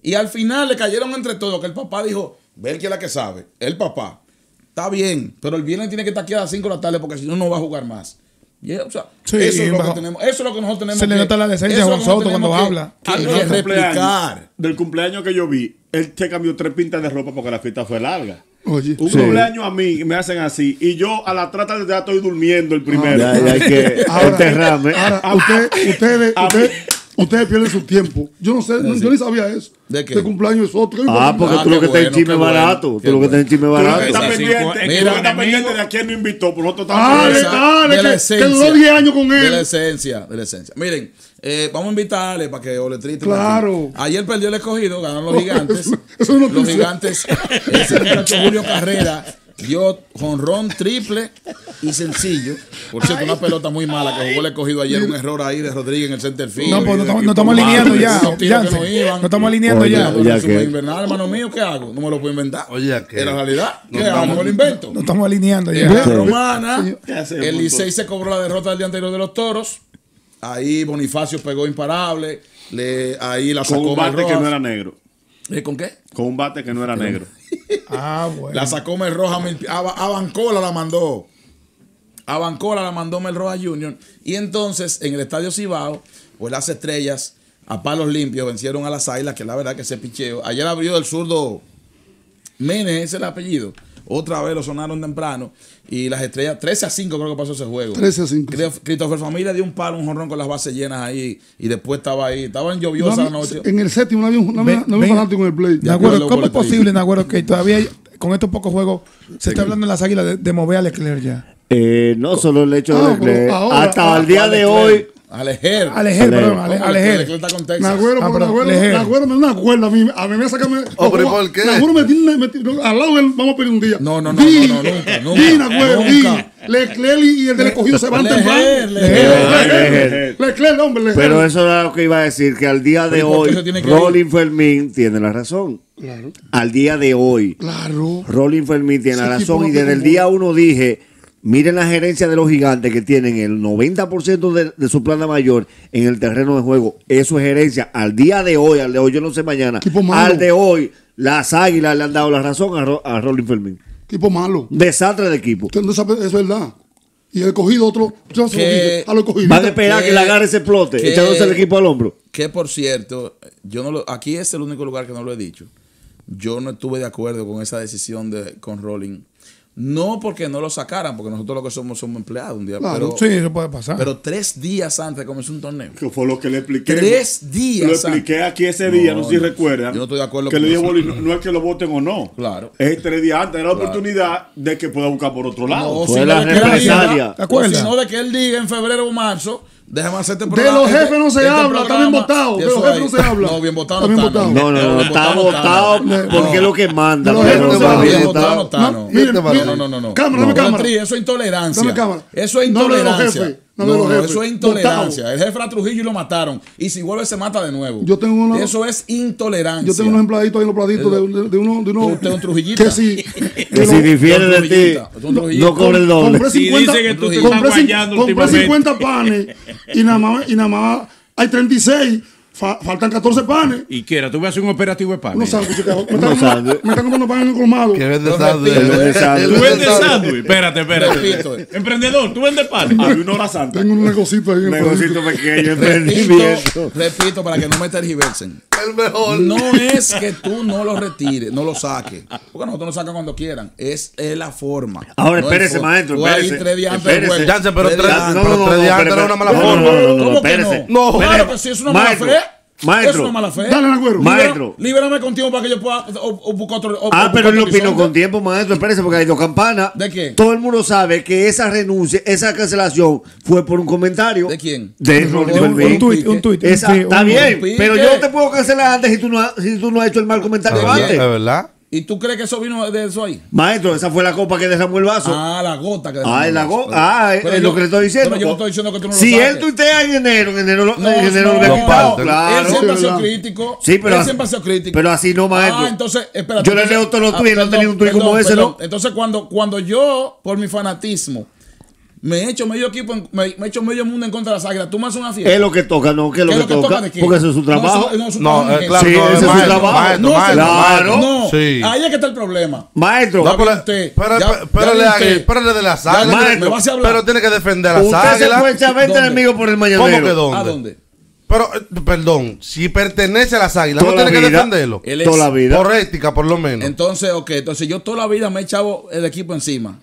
H: Y al final le cayeron entre todos que el papá dijo, ver quién es la que sabe, el papá. Está bien, pero el viernes tiene que estar aquí a las 5 de la tarde porque si no, no va a jugar más. Y, o sea,
C: Sí,
H: eso, es lo que
C: bajo-
H: tenemos, eso es lo que nosotros tenemos
C: Se le
H: que-
C: nota la decencia
H: eso
C: a
H: es lo que
C: Juan
H: nosotros
C: Soto
H: tenemos
C: cuando
H: que- Ah,
C: habla.
H: que
G: Ah, Del cumpleaños,
H: replicar.
G: del cumpleaños que yo vi, él se cambió tres pintas de ropa porque la fiesta fue larga.
E: Oye,
G: Un cumpleaños a mí me hacen así y yo a la trata de ya estoy durmiendo el primero. Ah,
I: Ya, ya hay que
E: Ahora-
I: enterrarme.
E: Ahora, usted- ustedes,
I: Ah,
G: A mí.
E: ustedes, ustedes pierden su tiempo. Yo no sé, no, yo ni sabía eso. Este
H: ¿De qué?
E: cumpleaños es otro.
I: Ah, porque
H: Ah,
I: tú lo
H: qué
I: que estás en
H: bueno,
I: chisme
H: qué bueno,
I: barato.
H: qué
I: Tú lo que estás en chisme
G: Ah, Tú lo que
I: barato.
G: estás pendiente, tú lo que estás
H: Mira.
G: pendiente de a quién no invitó, por nosotros estamos
E: Dale,
H: Esa-
E: dale,
H: de la
E: que, que
H: esencia.
E: duró 10 años con
H: De la
E: él.
H: esencia, de la esencia. Miren, eh, vamos a invitarle para que ole triste.
E: Claro.
H: Ayer perdió el escogido, ganaron los gigantes.
E: eso- eso es noticia.
H: los gigantes, ese muchacho Julio Carrera dio jonrón triple y sencillo. Por cierto, una pelota muy mala que jugó el escogido ayer, un error ahí de Rodríguez en el center field.
C: No, pues no, estamos- no estamos
H: Madre,
C: alineando ya.
H: esos tiros que
C: Jansen.
H: no iban.
C: No estamos alineando
I: Oye,
C: ya.
H: Pero
I: ya
H: eso me
I: que-
H: invernal, hermano mío, ¿qué hago? No me lo puedo inventar.
B: Oye, ¿a qué?
H: En la realidad, ¿qué hago? Me lo invento.
C: No estamos alineando
H: En la
C: ya.
H: romana,
G: Ya se
H: el
G: montó.
H: Licey se cobró la derrota del día anterior de los toros. Ahí Bonifacio pegó imparable. Le, ahí la
G: con
H: sacó
G: un
H: Mel
G: bate que no
H: Rojas.
G: era negro.
H: ¿Eh, ¿Con qué?
G: Con un bate que no era negro.
C: Ah, bueno.
H: La sacó Mel Rojas. Mil- A, a Bancola la mandó. A Bancola la mandó Mel Rojas Jr. Y entonces, en el Estadio Cibao, pues las estrellas a palos limpios vencieron a las águilas, que la verdad que se picheo. Ayer abrió el zurdo Menes, ese es el apellido. Otra vez lo sonaron temprano. Y las estrellas, 13 a 5 creo que pasó ese juego.
E: 13 a 5.
H: Creo- Christopher Familia dio un palo, un jonrón con las bases llenas ahí. Y después estaba ahí. Estaba en
E: No
H: lluviosa la noche.
E: había- En el séptimo no había un no había-
C: Ve-
E: no había
C: ve-
E: un fanático en el play.
H: Ya.
C: Nagüero,
H: Yo lo
C: ¿cómo es
H: boletrino.
C: posible, Nagüero, que todavía hay- con estos pocos juegos se está hablando en las águilas de, de mover a Leclerc ya?
I: Eh, no solo el hecho
E: Ah,
I: de Leclerc.
E: pero ahora-
I: Hasta
E: ah,
I: el día
H: ¿cuál
I: de
H: Leclerc?
I: hoy
H: Alejer.
C: Alejer, perdón, Ale- Alejer.
H: Leclerc está con Texas.
E: Nagüero, pero Nagüero, Nagüero me da una cuerda a mí. A mí me saca. Me,
B: Oh, pero ¿y por qué?
E: Nagüero me tiene. me tiene- al lado de él, vamos a pedir un día.
H: No, no, no,
E: Di,
H: no, no, nunca, nunca,
E: Di, Nagüero, di.
H: nunca.
E: Leclerc y y el del escogido se van
H: Lejer,
E: temprano.
H: Lejer.
E: Leclerc, Leclerc, hombre, Leclerc.
I: Pero eso era lo que iba a decir, que al día de
H: Pero ¿y por qué
I: hoy,
H: se tiene que
I: Rolling Fermín tiene la razón. Al día de hoy,
E: Claro.
I: Rolling Fermín tiene la
E: Ese
I: razón.
E: tipo
I: Y desde el
E: como-
I: día uno dije, miren la gerencia de los gigantes que tienen el 90% de, de su planta mayor en el terreno de juego. Eso es gerencia. Al día de hoy, al de hoy, yo no sé mañana.
E: Tipo malo.
I: Al de hoy, las águilas le han dado la razón a, Ro- a Rolling Fermín.
E: Tipo malo.
I: Desastre de equipo.
E: Usted no sabe, eso es verdad. Y el cogido otro, yo se lo
H: Que-
E: dije, a lo cogido.
I: Van a esperar
H: que-
I: que le agarre ese plote,
H: que-
I: echándose el equipo al hombro.
H: Que por cierto, yo no lo- aquí es el único lugar que no lo he dicho. Yo no estuve de acuerdo con esa decisión de con Rolling. No porque no lo sacaran, porque nosotros lo que somos somos empleados un día.
E: Claro,
C: Sí,
H: pero,
C: eso puede pasar.
H: pero tres días antes de comenzar un torneo.
G: Que fue lo que le expliqué.
H: Tres días
G: Lo expliqué aquí ese día, no, sé si
H: no,
G: recuerdan.
H: yo no estoy de acuerdo
G: Que
H: con
G: le dije,
H: eso.
G: Boli, no, no es que lo voten o no.
H: Claro.
G: Es tres días antes. Era la oportunidad de que pueda buscar por otro lado.
H: O
I: Fue
H: si
I: la
H: no de que él
I: represalia.
H: diga-
C: ¿Te acuerdas?
H: o Si no de que él diga en febrero o marzo, déjame hacerte Este-
E: De los jefes no se habla, está bien votado, de los jefes no se habla.
H: No, bien votado
E: Está bien
H: está,
E: votado.
I: No, no, no,
H: Bien
I: está
H: votado
I: votado
H: no está.
I: porque es lo que manda.
E: No,
I: pero
E: no,
I: no
E: no,
I: va
E: no,
I: bien
E: no,
I: votado.
H: no está, no.
E: miren,
B: Este varón.
H: No,
E: miren.
H: no, no, no.
E: Cámara, dame
H: no.
E: cámara.
H: Tri, Eso es intolerancia.
E: Dame cámara.
H: Eso es
E: No hable de los
H: intolerancia.
E: jefes, no hable de los jefes.
H: eso es intolerancia. El jefe era Trujillo y lo mataron. Y si vuelve, se mata de nuevo.
E: Yo tengo una-
H: Eso es intolerancia.
E: Yo tengo unos empleaditos ahí, los pladitos de, de, de uno. De uno
H: Tú- usted es un trujillita.
E: Que sí.
I: Que si difiere
H: Don
I: de
H: Trujillita, don
I: ti,
H: Trujillita.
I: no cobre el doble.
E: Compré
D: Si
E: 50,
D: dice que tú te
E: compré,
D: estás
E: cin-
D: guayando
E: compré
D: últimamente.
E: 50 panes y nada más, y nada más hay 36. fa- faltan 14 panes.
J: Y quiera, tú vas a hacer un operativo de pan.
E: Unos sándwiches. que- Me están
I: Unos
E: comprando-
I: sándwiches.
E: me están comprando panes en el colmado.
B: Que vende
H: Don
B: sándwich.
H: Repito,
I: vende sándwich.
B: Él
I: Tú
B: vende
J: vendes sándwich? Espérate,
H: Repito.
J: espérate. Emprendedor, tú vendes pan.
G: Había una hora santa.
E: Tengo un negocito ahí. en el
I: Negocito pequeño,
H: Repito, repito para que no me tergiversen.
B: El mejor.
H: No es que tú no lo retires, no lo saques. Porque nosotros lo sacan cuando quieran. Es, es la forma.
I: Ahora,
H: No hay
I: espérese,
H: forma.
I: maestro,
H: Tú ahí
I: espérese,
H: tres días antes del
I: espérese.
H: juego.
B: Jansen, pero
H: Tres
B: tres-
H: días antes.
B: pero tres días antes era una mala
I: no,
B: forma.
I: No, no, no,
H: ¿Cómo que
I: espérese.
H: no?
B: No,
H: claro que sí, es una mala
I: Maestro,
H: fe.
I: maestro,
H: es una mala fe.
E: dale al agüero.
H: Libera-
I: Maestro.
H: Libérame con tiempo para que yo pueda o, o buscar otro. o-
I: Ah,
H: o
I: pero él
H: buscar
I: lo opinó
H: otro horizonte.
I: con tiempo, maestro. Espérese, porque hay dos campanas.
H: ¿De qué?
I: Todo el mundo sabe que esa renuncia, esa cancelación fue por un comentario.
H: ¿De quién?
I: De Rolly Fermín.
C: un tuit, un tuit.
I: Esa-
C: Sí,
I: está
C: un-
I: bien,
H: pique.
I: pero yo no te puedo cancelar antes si tú no, has- si tú no has hecho el mal comentario
H: Está bien.
B: Es
I: antes.
B: verdad.
H: ¿Y tú crees que eso vino de eso ahí?
I: Maestro, esa fue la copa que derramó el vaso.
H: Ah, la gota que
I: Ah,
H: dejamos.
I: es la go-
H: Pero-
I: ah, es
H: pero
I: es
H: yo-
I: lo que le estoy diciendo.
H: Pero yo no estoy diciendo que tú no lo
I: si
H: saques.
I: él tuitea en enero, en enero,
H: No,
I: en enero
H: no,
I: lo hubiera
B: no,
I: quitado,
B: no.
H: Él
I: claro.
H: siempre ha sido
E: ¿verdad?
H: crítico.
I: Sí, pero-
H: él siempre ha sido crítico.
I: pero así no, maestro.
H: Ah, entonces, espérate.
I: Yo le
H: entonces-
I: leo todos los
H: ah,
I: tweets, no he
H: perdón,
I: tenido un tweet
H: perdón,
I: como ese,
H: perdón.
I: ¿no?
H: Entonces, cuando, cuando yo, por mi fanatismo, me echo medio equipo, en- me, me echo medio mundo en contra de las águilas, tú me haces una fiesta.
I: Es lo que toca, no, que es lo que, toca.
H: de qué?
I: Porque eso es su
H: No,
I: trabajo.
H: eso- No, eso
B: No,
H: trabajo
B: eh,
H: es
B: claro,
I: Sí,
B: no,
I: ese es su
B: maestro,
I: trabajo.
B: maestro,
H: No,
B: maestro,
I: claro.
B: maestro.
H: No,
B: Sí.
H: ahí es que está el problema.
I: Maestro,
B: No, pero,
H: vi usted.
B: pero,
H: Ya-
B: pero-
H: ya
B: pero
H: vi
B: le-
H: usted.
B: pero de las
H: Ya
B: águilas.
I: me-
B: tiene-
I: me
H: vas a hablar.
B: pero tiene que defender a las
I: usted se
B: águilas.
I: fue echar 20
H: ¿Dónde?
I: enemigos por el
B: ¿Cómo que
I: mañanero.
H: ¿A
B: dónde?
H: dónde?
B: Pero, eh, perdón, si pertenece a las águilas, no
I: Toda
B: tiene
I: la
B: que
I: vida.
B: defenderlo.
H: Él es-
I: Toda la vida.
B: Por ética, por lo menos.
H: Entonces, ok, entonces yo toda la vida me he echado el equipo encima.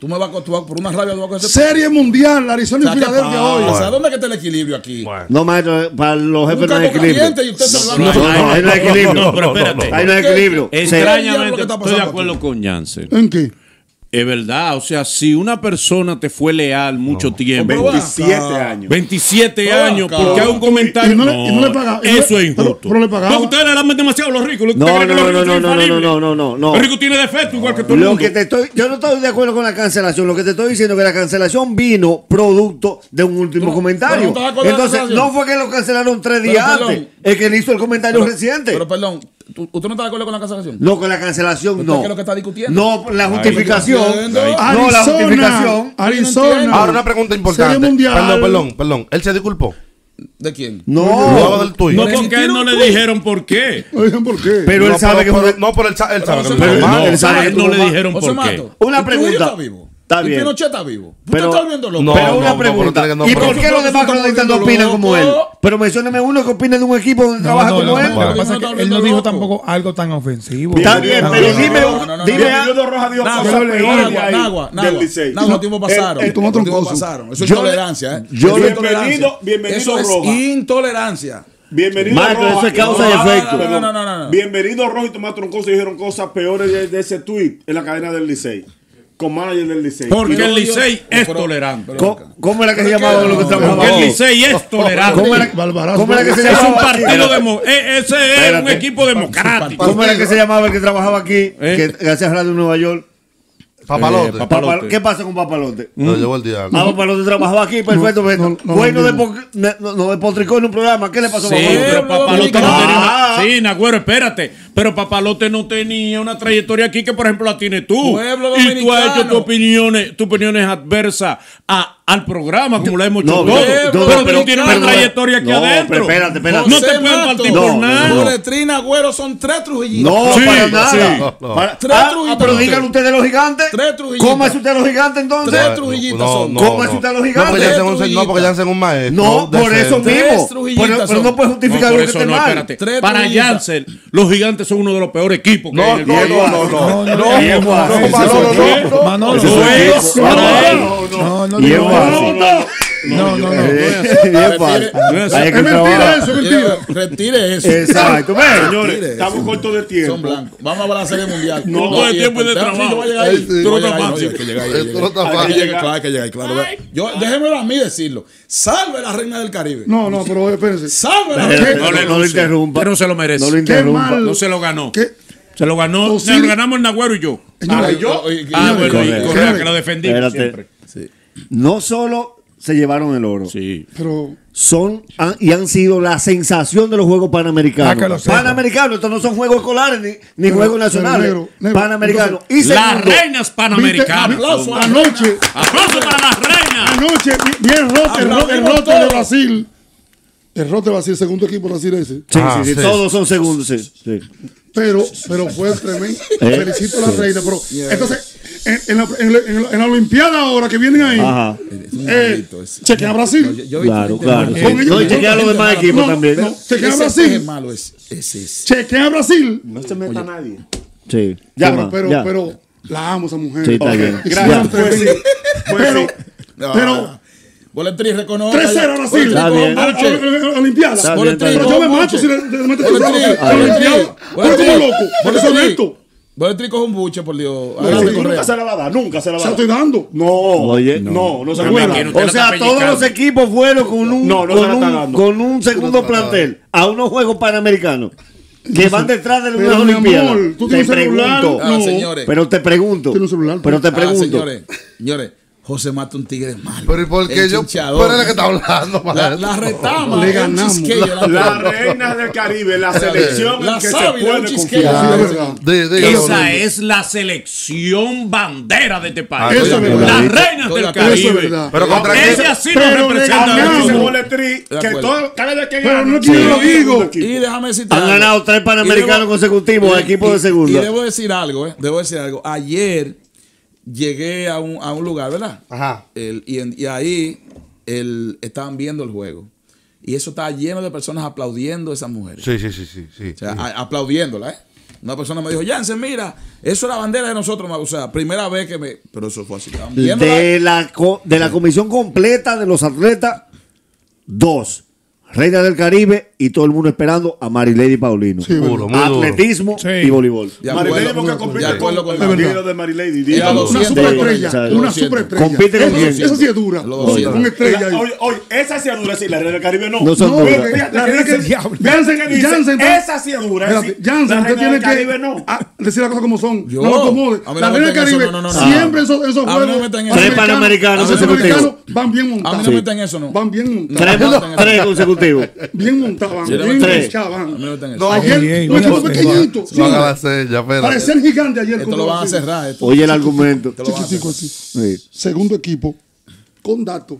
H: Tú me vas a tú vas- por una rabia, tú vas a coger-
E: Serie Mundial,
H: O
E: Arizona
H: sea,
E: y
H: ¿qué
E: Filadelfia
H: pasa?
E: hoy.
H: O sea, ¿dónde es que está el equilibrio aquí?
I: No, maestro, eh, para los
H: Un
I: jefes no hay
H: cargo caliente y
I: equilibrio.
H: usted se lo
I: No,
H: va a-
I: no, ahí no hay equilibrio.
J: No, pero espérate.
I: Ahí no hay equilibrio.
H: ¿Qué?
I: Se-
H: ¿Qué diablo que está
J: Extrañamente, estoy de
H: pasando
J: acuerdo con Jansen.
E: ¿En qué?
J: Es verdad, o sea, si una persona te fue leal mucho tiempo,
H: Pero va acá.
G: 27 años.
J: 27
H: Pero
J: años,
H: acá.
J: porque hay un comentario.
E: Y no le- y no le paga- y no le-
J: Eso es injusto.
E: pero- pero le pagaba.
J: No, ustedes le dan demasiado a los ricos. ¿Usted
I: No,
J: cree que
I: no,
J: los ricos
I: no,
J: son
I: no, no, no,
J: infalibles?
I: no, no, no, no.
J: Los ricos tienen defectos igual que todo el
I: Lo
J: mundo.
I: que te estoy, yo no estoy de acuerdo con la cancelación. Lo que te estoy diciendo es que la cancelación vino producto de un último
H: pero
I: comentario.
H: no te vas a acordar de la
I: Entonces,
H: cancelación.
I: no fue que lo cancelaron tres
H: Pero,
I: días
H: perdón.
I: antes. El que le hizo el comentario
H: Pero-
I: reciente.
H: Pero perdón, ¿tú- ¿usted no está de acuerdo con la cancelación?
I: no, con la cancelación,
H: ¿Usted
I: no.
H: qué es lo que está discutiendo?
I: No, la justificación.
H: entiendo.
I: No, la justificación.
E: Arizona.
B: Ahora, una pregunta importante.
E: Serie Mundial.
B: Perdón, perdón, perdón. Él se disculpó.
H: ¿De quién?
B: Luego
I: No,
B: del tuyo.
J: No, porque a él no le dijeron por qué.
E: Oigan, ¿por qué?
I: pero él sabe que
B: pero,
I: fue-
B: No, pero él, sa- él sabe que
H: se
B: no
H: mató.
B: es
J: No,
B: normal.
I: él sabe
J: a
I: que
J: él
I: tú
J: no
I: lo
J: le
I: ma-
J: dijeron
H: José
J: por qué.
H: Mato,
I: Una
H: el Trujillo
I: pregunta.
H: Está vivo.
I: Está
H: Y
I: bien.
H: Pinochet está vivo. Tú te
I: Pero-
H: estás viendo loco.
B: No,
I: pero
B: no,
I: una
B: no,
I: pregunta.
B: pero no,
I: ¿Y
B: pero-
I: por qué los demás
H: Estamos
I: cronistas no
H: volviendo
I: opinan como él?
H: locos.
I: Pero mencióname uno que opina de un equipo donde trabaja
C: no, no,
I: como él.
C: no, lo que pasa es
H: Bueno.
C: que él no dijo tampoco algo tan ofensivo.
I: Está bien,
C: No,
I: pero
C: no,
I: dime
H: no,
I: un-
H: no, no,
I: dime
H: no,
I: a-
G: Yo de Roja dio
H: Nagua,
G: cosas peores de
H: Nagua,
G: ahí,
H: Nagua,
G: del
H: Nagua,
G: Licey.
H: Nagua, los tiempos
G: El-
H: pasaron.
G: el-
E: tomó
H: Los tiempos
E: troncoso.
H: pasaron. Eso es
I: Yo-
H: intolerancia, ¿eh?
I: yo-
H: Eso es
G: Bienvenido-
H: intolerancia.
G: bienvenido,
H: Eso es
G: Roja.
H: intolerancia.
G: Bienvenido Ah,
I: Maestro,
G: Roja.
I: eso es causa
G: No,
I: y
G: no,
I: efecto.
G: no, no,
H: No, no, no, no.
G: Bienvenido Roja y Tomás Troncoso dijeron cosas peores de, de ese tweet en la cadena del Licey. con manager del Licey.
J: Porque el Licey
G: Licey
J: es tolerante.
G: ¿Cómo,
I: era
G: que se llamaba lo que trabajaba?
J: Porque el Licey es tolerante.
G: ¿Cómo era-
I: cómo era que se
J: Es un
I: llamaba?
J: partido demo- eh, Ese es un
I: Espérate.
J: equipo democrático.
I: ¿Cómo era que se llamaba el que trabajaba aquí? Que que hacía radio en Nueva York.
B: Papalote.
I: Papal- ¿Qué pasa con Papalote?
B: Lo llevó el diablo.
I: Ah, Papalote trabajaba aquí, perfecto. perfecto. bueno, de po- ne- no, no despotricó en un programa. ¿Qué le pasó
J: Sí,
I: a Papalote?
J: pero Papalote no tenía
I: Ah,
J: una- Sí, Nagüero, espérate. Pero Papalote no tenía una trayectoria aquí que, por ejemplo, la tienes tú.
I: Pueblo
J: y tú has hecho
I: dominicano.
J: tu opiniones, tu opinión es adversa a- al programa, como lo hemos hecho
I: No,
J: todos.
I: pero-
J: Pero,
I: no,
J: tú
I: pero-
J: tienes
I: pero-
J: una trayectoria aquí
I: no,
J: adentro.
I: pero espérate, espérate.
J: No te
I: José
J: pueden partir por nada.
H: Boletrina, Agüero, son tres trujillitos.
I: No,
J: Sí,
I: para
J: sí.
I: nada.
J: No, no.
I: Para-
H: Tres
I: Ah,
H: trujitos.
I: ah, pero díganle ustedes los gigantes.
H: Tres trujitos.
I: ¿Cómo es usted los gigantes entonces?
H: Tres trujillitos son.
I: ¿Cómo es usted los
B: No, porque
I: gigantes?
B: ya hacen un, no, porque ya hacen un maestro.
I: No,
B: de
I: por eso
B: centro.
I: mismo.
B: trujillitas
I: Pero, pero
B: son.
I: no puedes justificar
J: No, por
I: lo que
J: eso
I: esté
J: no,
I: mal.
J: espérate. Para Janssen, los gigantes son uno de los peores equipos. que
B: No,
J: hay en el
B: no,
J: país.
B: no, no, no, no, no, no,
J: Diego
B: no,
J: Arce,
B: no,
J: ese
B: Manolo,
J: es un
B: no,
J: equipo.
B: no,
J: Manolo,
B: Ese es
J: no,
B: un equipo.
J: no,
B: Para él.
J: no, no,
I: Y es
J: no,
I: fácil.
J: no,
I: No, no, no.
J: es así.
I: Es mentira eso, es mentira.
H: Retire eso.
I: Exacto, ve.
G: Señores, estamos cortos de tiempo.
H: Son blancos. Vamos a balancear el mundial.
J: No, todo el
H: y
J: tiempo es de
H: espérate,
J: trabajo.
H: yo voy a llegar ahí.
J: Ay, sí.
H: Tú no
J: Voy a llegar ahí,
H: estás fácil.
J: no,
H: Hay que llegar ahí,
J: Tú
H: hay
J: no
H: que llegar.
J: estás
H: Hay que
J: fácil.
H: llegar, claro, hay que llegar, claro. Yo, déjemelo a mí decirlo. Salve la reina del Caribe.
E: No, no, pero espérense.
H: Salve la
J: Espérate,
H: reina.
J: no le- no lo interrumpa. Pero no se lo merece.
I: No lo interrumpa.
J: No se lo ganó.
E: ¿Qué?
J: Se lo ganó. Se lo ganamos el Nagüero y yo.
E: Señores,
J: Ah, bueno, y
I: Correa.
J: Correa, que lo defendimos
I: Espérate.
J: siempre.
I: No solo se llevaron el oro.
E: Pero
I: Son han- y han sido la sensación de los Juegos Panamericanos.
C: Ah, que lo sepa.
I: Panamericanos, estos no son Juegos escolares ni, ni
E: Pero,
I: Juegos
E: pero,
I: nacionales.
E: negro, negro,
I: Panamericanos. Y
E: entonces,
J: Las
I: segundo,
J: reinas
E: Viste,
J: panamericanas.
H: Aplauso a la reina.
E: anoche,
J: Aplauso para las reinas.
E: anoche, vi- vi el rote, el rote, el
H: Aplaudimos
E: rote de
H: todos.
E: Brasil. El rote de Brasil, segundo equipo Brasil ese.
I: Sí,
B: Ah,
I: sí, sí,
B: sí.
I: todos son segundos. sí, sí.
E: Pero, pero fue tremendo.
I: Eh,
E: Felicito a la reina. Pero, entonces, en, en la, en la- en la- en la Olimpiada ahora que vienen ahí,
I: Ajá.
E: eh, chequea a Brasil.
H: Yo vi
I: Claro,
H: que-
I: claro. sí.
E: Con ellos-
I: No, y chequea a los demás equipos
E: No,
I: también.
E: no, chequea a
H: Ese es
E: Brasil.
H: malo, es, es ese.
E: Chequea a Brasil.
I: No se meta nadie. Sí.
E: Ya, pero,
I: ¿qué más?
E: pero,
I: Ya.
E: pero la amo esa mujer.
I: Sí, está
E: Ok,
I: bien.
E: hicieron
I: Ya.
H: Pues
E: tremendo. pero, pero
H: Boletriz reconoce.
E: 3-0 Brasil.
I: Está bien.
E: A- a- a- a- a- Olimpiada.
I: Está bien, está
E: Pero yo me
H: bien.
E: mato si le le meto un
H: Boletri,
E: rojo. A la Olimpiada. Pero como loco. Por eso lento.
H: Boletri coge un buche, por Dios.
G: Pero
H: Hágale
G: tú nunca
H: correa.
G: se la va a dar, nunca se la va
E: Se
G: a
E: la
G: dar.
E: estoy dando.
G: No,
I: Oye.
G: no, no se la
I: Bueno,
G: va a dar.
J: usted
I: o
J: la
I: sea,
J: está
I: todos los
J: pellizcando.
I: equipos fueron con un,
G: No, no se
I: con
G: la está
I: un,
G: dando.
I: con un segundo plantel a unos Juegos Panamericanos que van detrás de unas Olimpiadas.
E: tú
I: Te
E: tienes un celular.
I: pregunto.
H: Ah, señores.
I: Pero te pregunto.
E: Tiene un celular,
I: Pero te
H: Ah,
I: pregunto.
H: señores, señores, José mata un tigre malo.
B: Pero ¿y por qué
H: El
B: yo?
H: chinchador.
B: Pero es la que está hablando,
H: La,
B: maestro.
H: la retama,
E: Le
H: el
E: ganamos.
H: chisqueño, la,
G: La reina del Caribe, la selección en
H: La
G: que se
H: sábila, un
G: puede
H: chisqueño.
G: confiar.
E: Sí, es verdad.
B: Dí- dígalo,
J: Esa
B: Orlando.
J: es la selección bandera de este país.
E: Eso es verdad.
J: Las reinas del
H: Eso es
J: Caribe.
E: verdad.
B: Pero contra quién?
J: Ese así nos
E: Pero le
J: representa.
G: Ahora dice
E: ganamos.
G: Boletri,
H: De
G: que
H: acuerdo.
G: todo- cada vez que
E: Pero
G: gana,
E: no quiero lo
G: sí, un segundo
E: digo.
G: equipo.
H: Y déjame decirte
I: Han
H: algo.
I: ganado tres panamericanos
H: Y debo-
I: consecutivos a equipos
H: y-
I: de segunda.
H: Y debo decir algo, ¿eh? Debo decir algo. Ayer llegué a un, a un lugar, ¿verdad?
B: Ajá.
H: El- y, en- y ahí el, estaban viendo el juego. Y eso estaba lleno de personas aplaudiendo a esas mujeres.
B: Sí, sí, sí, sí, sí.
H: O sea, a- aplaudiéndola, ¿eh? Una persona me dijo, Jansen, mira, eso es la bandera de nosotros. ma- O sea, primera vez que me... Pero eso fue así. estaban viéndola.
I: De la, co- de la comisión completa de los atletas, dos. Reina del Caribe y todo el mundo esperando a Marilady Paulino.
B: Duro, muy duro.
I: Atletismo
C: Sí.
I: y voleibol.
H: De acuerdo,
G: Marilady porque
H: de
G: compite
H: acuerdo con
G: con
H: la-
G: el dinero de Marilady.
H: Y a
G: dígalo.
H: los
E: Una
H: siete
E: superestrella.
H: goles.
E: Una
H: Lo siento.
E: superestrella.
I: Compite con
E: Eso-
I: quién.
E: Eso sí es dura.
H: Lo siento.
E: Una estrella ahí.
G: Oye, oye, esa sí es dura, sí, la reina del Caribe no.
I: No son
E: No,
I: duras.
E: pero fíjate,
G: La
E: la
G: reina
E: verdad
G: del
E: que
G: Caribe.
E: Jansen,
G: Dice,
E: Jansen,
G: Esa sí es dura.
E: Espérate,
G: sí.
E: Jansen,
G: La
E: usted
G: reina
E: tiene
G: del Caribe
E: que
G: no.
E: ah, decir las cosas como son.
H: Yo.
E: No lo acomode.
H: A mí no
E: La Reina
H: me
E: del
H: metan eso,
E: Caribe,
H: no, no, no, no.
E: siempre esos, esos
H: A mí no me metan eso.
E: juegos.
H: Tres
I: panamericanos
E: los
I: consecutivos.
E: van bien
H: A mí
E: montados.
H: no me metan eso, no.
E: Van bien montados.
I: Tres, tres consecutivos.
E: Bien montados. van,
H: Sí, no me
E: Bien
I: metan eso.
E: hinchados, van.
H: A mí no me metan eso.
I: Ah,
E: No,
C: Ey,
E: ayer, los
C: mira,
E: chicos pequeñitos.
B: No haga
E: sí,
B: la sella, espérate.
E: Parecían gigantes ayer.
H: Esto lo van a cerrar. esto.
I: Oye el argumento.
H: Te lo van a hacer.
E: Chiquitico así.
I: Sí.
E: Segundo equipo. Con datos.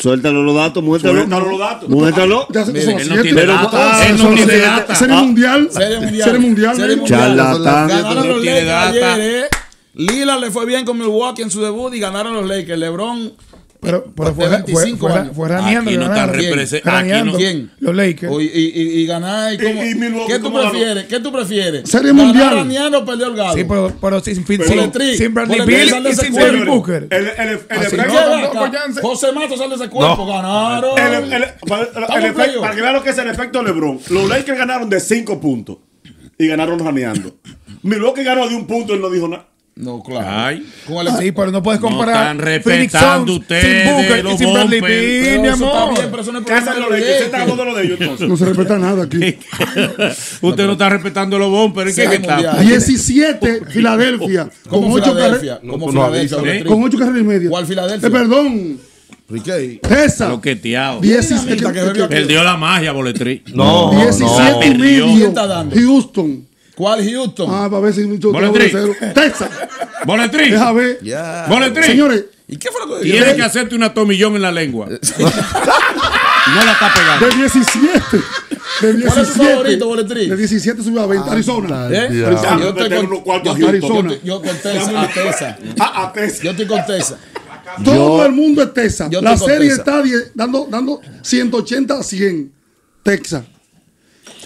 I: Suéltalo los datos, muéstralo.
G: Suéltalo los datos.
I: Muéstralo.
E: Ya se
H: Miren,
E: son
J: él
E: las
J: no
E: siete.
J: tiene
I: Pero-
J: data.
I: ah, son
J: él no tiene
I: siete.
J: data.
E: Serie
I: Ah.
E: mundial.
H: Serie mundial.
E: Serie mundial.
H: Serie
E: ¿no?
H: mundial.
I: Charlatán.
H: Ganaron
J: No
H: los
J: tiene
H: Lakers
J: data.
H: ayer, ¿eh? Lillard le fue bien con Milwaukee en su debut y ganaron los Lakers. LeBron
C: Pero, pero
H: de
C: fuera,
H: 25
C: fuera, fuera,
H: años.
C: fuera
J: Aquí
C: Neander,
J: no está
C: ganaron.
J: represe-
C: Fuera
J: aquí no-
C: Neander.
H: ¿Quién?
C: Los Lakers.
H: O- y, y, y ganar. ¿y cómo?
G: Y- y Milwaukee,
H: ¿Qué tú
G: ¿cómo ganó?
H: prefieres? ¿Qué tú prefieres?
E: Serie
H: ¿Ganar
E: mundial.
H: a Niano o perdió el Galo?
C: Sí, pues, pero, pero sin, sin,
H: Boletri,
C: sin, sin Bradley
H: Boletri
C: Beal
H: sale
C: y
H: ese
C: sin
H: cuadro.
C: Devin Booker.
G: El- el- el- el-
C: Así
G: el-
C: no,
H: ¿Qué va?
C: tampoco, Jansen.
H: José Mato sale de ese cuerpo. Ganaron.
G: El- el- el- para, el
H: en
G: efecto-
H: playoff.
G: para que vean lo que es el efecto LeBron. Los Lakers ganaron de 5 puntos y ganaron raneando. Milwaukee ganó de un punto y no dijo nada.
H: No, claro.
C: Con el- Sí, pero no puedes comparar
J: están
C: Phoenix
J: respetando
C: Suns
J: ustedes
C: sin Booker y
J: los
C: sin Bradley
J: bumpers.
C: Beal,
J: Pero
C: mi
J: eso está
C: amor.
J: bien, pero eso no es problema
H: Casa de los
J: de
H: Lakers.
J: Lakers.
H: Usted está hablando de los de ellos, entonces.
E: No se respeta nada aquí.
J: Usted no está respetando los bumpers. ¿En qué que está?
E: 17, Filadelfia. Con
H: Como
E: 8
H: Filadelfia.
E: carreras.
H: Como
J: No, no
H: Filadelfia.
J: avisa,
H: Beatriz.
E: Con 8 carreras y media.
H: ¿Cuál Filadelfia?
E: Eh, perdón.
H: Riquet.
E: Esa.
J: Loqueteado.
E: 16 que- que- que-
J: Perdió la magia, boletrí.
B: No, no.
E: 17 y
J: perdió.
E: medio.
J: ¿Quién
E: Houston.
H: ¿Cuál Houston?
E: Ah, para ver si mucho
J: Boletrín.
E: Texas.
J: Boletrí.
E: Deja ver.
J: Boletrí.
E: Señores,
H: ¿Y qué fue lo que
J: Tienes que hacerte un atomillón en la lengua. no la está pegando.
E: de 17. De 17.
H: ¿Cuál es tu favorito, Boletrín?
E: De 17 subió a 20. Arizona.
H: ¿Eh?
B: Ya.
H: Arizona. Yo
G: Yo
H: estoy
G: tengo
H: con
G: unos cuantos
H: yo estoy-
E: Houston.
H: yo- Yo con Tesa, a Tesa.
G: Ah, a Tessa.
H: Yo estoy con Tesa.
E: Todo el mundo es Texas.
H: Yo
E: La
H: estoy con
E: serie
H: Texas.
E: está die- dando, dando 180 a 100. Texas.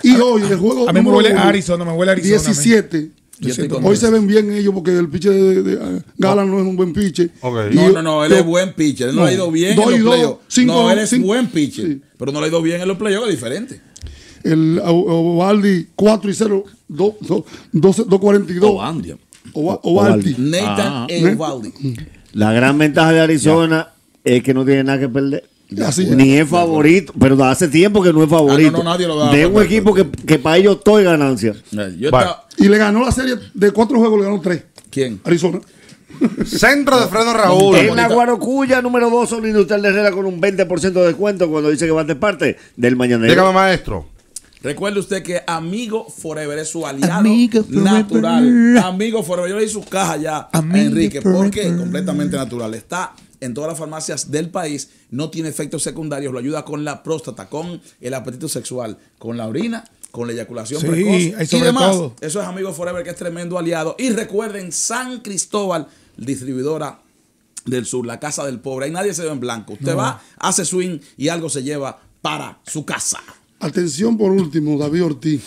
E: Y
H: Ah,
E: hoy el juego.
C: A mí me
E: número
C: huele
E: uno,
C: Arizona, me huele Arizona. a mí.
E: 17.
H: Yo estoy con
E: Hoy
H: Texas.
E: se ven bien ellos porque el piche de, de- de- Gala no es un buen piche.
B: Ok.
E: Y
H: No, no, no, él
E: yo-
H: es buen pitcher. Él no,
E: No.
H: le ha ido bien
E: Dos y
H: en los
E: dos,
H: playoffs.
E: cinco,
H: no, él es
E: cinco.
H: buen pitcher.
E: Sí.
H: Pero no le ha ido bien en los playoffs, es diferente.
E: El O- O- Ovaldi 4 y 0, 242.
J: Obandia.
E: Ovaldi. Ovaldi.
H: Nathan
J: Ah.
H: Eovaldi.
I: La gran ventaja de Arizona es que no tiene nada que perder.
E: Así es.
I: Ni es favorito, pero hace tiempo que no es favorito.
H: no, nadie lo va a
I: de un
H: perder,
I: equipo que, que para ellos todo es ganancia.
H: Eh, Yo
B: Vale.
H: estaba-
E: Y le ganó la serie de cuatro juegos, le ganó tres.
H: ¿Quién?
E: Arizona.
B: Centro de Fredo Raúl.
I: En la Guarocuya, número 2, son Industrial de Herrera con un 20% de descuento cuando dice que va de parte del Mañanero.
B: Dígame, maestro.
H: Recuerde usted que Amigo Forever es su aliado
C: Amigo Forever.
H: natural. Amigo Forever. Yo le hice su caja ya a
C: Amigo
H: Enrique
C: Forever.
H: porque completamente natural. Está en todas las farmacias del país. No tiene efectos secundarios. Lo ayuda con la próstata, con el apetito sexual, con la orina, con la eyaculación
C: Sí, y
H: precoz y
C: sobre
H: demás.
C: todo.
H: Eso es Amigo Forever que es tremendo aliado. Y recuerden, San Cristóbal, distribuidora del sur, la casa del pobre. Ahí nadie se ve en blanco. Usted va, hace swing y algo se lleva para su casa.
E: Atención por último, David Ortiz.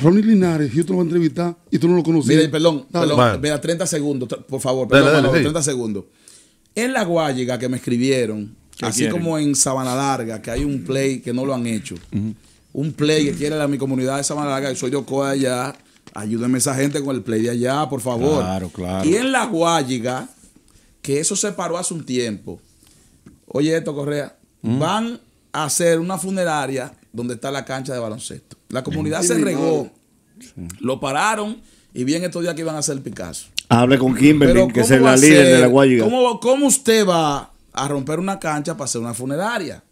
E: Ronnie Linares, yo te lo voy a entrevistar y tú no lo conocías.
H: Mira, y perdón,
E: Dale.
H: perdón,
B: Vale.
H: mira, 30 segundos, tr- por favor,
B: Dale,
H: perdón,
B: dale,
H: Manolo,
B: sí.
H: 30 segundos. En la Guayiga que me escribieron, así
J: quieren?
H: como en Sabana Larga, que hay un play que no lo han hecho, un play que quiere la, mi comunidad de Sabana Larga, que soy de Ocoa de allá, ayúdenme a esa gente con el play de allá, por favor.
J: Claro, claro.
H: Y en la Guayiga, que eso se paró hace un tiempo, oye esto, Correa,
I: Mm.
H: van a hacer una funeraria donde está la cancha de baloncesto. La comunidad se regó. Lo pararon y bien estos días que iban a hacer Picasso.
I: Hable con
H: Pero
I: Kimberly, que
H: ¿cómo
I: es
H: va
I: la
H: a
I: líder
H: ser?
I: de la Guayiga.
H: ¿Cómo, cómo usted va a romper una cancha para hacer una funeraria?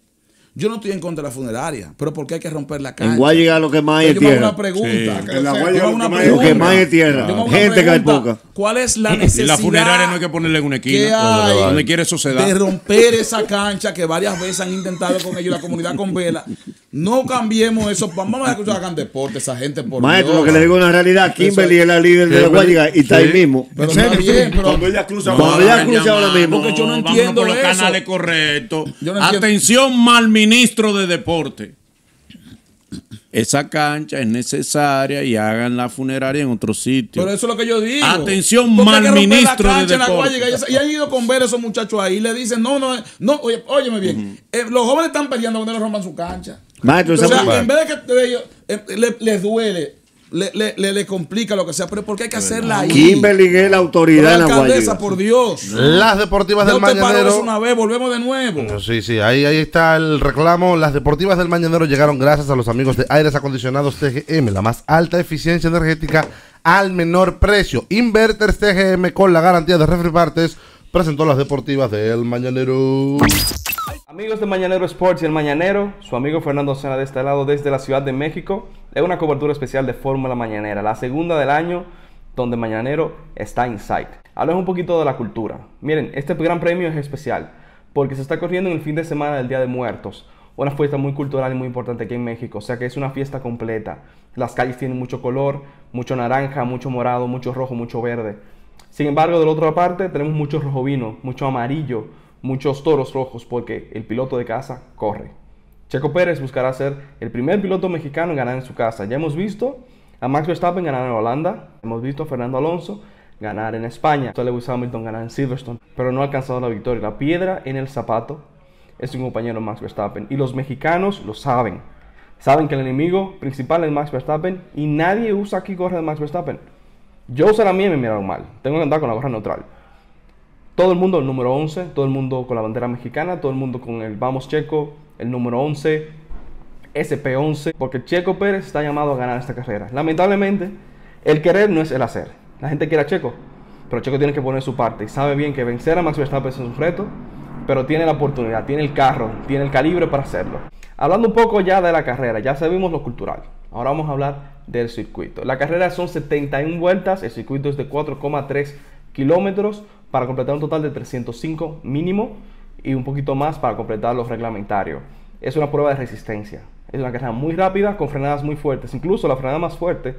H: Yo no estoy en contra de la funeraria, pero ¿por qué hay que romper la cancha?
I: En Guayiga lo que más hay es
H: Yo me hago
I: tierra.
H: una pregunta.
G: En la
H: Yo me
G: Guayiga
H: hago
G: lo
H: una
G: que más hay-
I: Lo que
H: pregunta.
I: más hay es tierra.
H: Yo me hago una
I: Gente que hay
H: pregunta.
I: poca.
H: ¿Cuál es la
J: Y
H: necesidad?
J: la funeraria no hay que ponerle en una
H: ¿Qué
J: esquina.
H: hay?
J: Donde quiere sociedad.
H: de romper esa cancha que varias veces han intentado con ellos la comunidad con vela. No cambiemos eso. Vamos a escuchar que hagan deporte esa gente por
I: Maestro, lo
H: Dios.
I: que le digo es una realidad. Kimberly
H: Eso-
I: es la líder de la
B: Kimberly,
I: Guayiga y está
B: sí.
I: ahí mismo.
H: Pero está bien, pero-
G: Cuando ella cruza
I: Cuando
G: la-
I: ella cruza ahora
J: Ah,
I: mismo.
H: Porque yo no
J: Vámonos
H: entiendo
J: por los
H: eso.
J: canales correctos.
H: Yo no entiendo.
J: Atención, mal ministro de deporte. Esa cancha es necesaria y hagan la funeraria en otro sitio.
H: Pero eso es lo que yo digo.
J: Atención,
H: Porque hay
J: mal
H: que romper la
J: ministro de
H: cancha en la
J: deporte.
H: Guayiga. Y esa- Y han ido con ver esos muchachos ahí. Y le dicen, no, no, no, oye, óyeme bien. Eh, los jóvenes están peleando cuando le rompan su cancha.
I: Maestro,
H: O
I: esa
H: sea,
I: mujer-
H: en vez de que de ellos, eh, le- les duele, le, le, le- le complica lo que sea, pero ¿por qué hay que hacerla ahí?
I: Kimberly es la
H: Pero
I: autoridad
H: la
I: en la
H: alcaldesa,
I: Guayiga.
H: por Dios.
B: Las deportivas
H: Ya
B: del
H: usted paró eso
B: mañanero.
H: una vez, volvemos de nuevo.
B: No, Sí, sí, ahí, ahí está el reclamo. Las deportivas del Mañanero llegaron gracias a los amigos de Aires Acondicionados TGM, la más alta eficiencia energética al menor precio. Inverters TGM con la garantía de Refri Partes presentó las deportivas del Mañanero.
K: Amigos de Mañanero Sports y El Mañanero, su amigo Fernando Sena de este lado desde la Ciudad de México, es una cobertura especial de Fórmula Mañanera, la segunda del año donde Mañanero está en sight. Hablemos un poquito de la cultura. Miren, este gran premio es especial porque se está corriendo en el fin de semana del Día de Muertos, una fiesta muy cultural y muy importante aquí en México, o sea que es una fiesta completa. Las calles tienen mucho color, mucho naranja, mucho morado, mucho rojo, mucho verde. Sin embargo, de la otra parte tenemos mucho rojo vino, mucho amarillo, muchos toros rojos porque el piloto de casa corre. Checo Pérez buscará ser el primer piloto mexicano en ganar en su casa. Ya hemos visto a Max Verstappen ganar en Holanda, hemos visto a Fernando Alonso ganar en España, a Lewis Hamilton ganar en Silverstone, pero no ha alcanzado la victoria. La piedra en el zapato es su compañero Max Verstappen y los mexicanos lo saben. Saben que el enemigo principal es Max Verstappen y nadie usa aquí gorra de Max Verstappen. Yo usé la mía y me miraron mal. Tengo que andar con la gorra neutral. Todo el mundo el número 11, todo el mundo con la bandera mexicana, todo el mundo con el Vamos Checo, el número 11, SP11, porque Checo Pérez está llamado a ganar esta carrera. Lamentablemente, el querer no es el hacer. La gente quiere a Checo, pero Checo tiene que poner su parte y sabe bien que vencer a Max Verstappen es un reto, pero tiene la oportunidad, tiene el carro, tiene el calibre para hacerlo. Hablando un poco ya de la carrera, ya sabemos lo cultural. Ahora vamos a hablar del circuito. La carrera son 71 vueltas, el circuito es de 4,3 kilómetros para completar un total de 305 mínimo y un poquito más para completar los reglamentarios. Es una prueba de resistencia. Es una carrera muy rápida con frenadas muy fuertes. Incluso la frenada más fuerte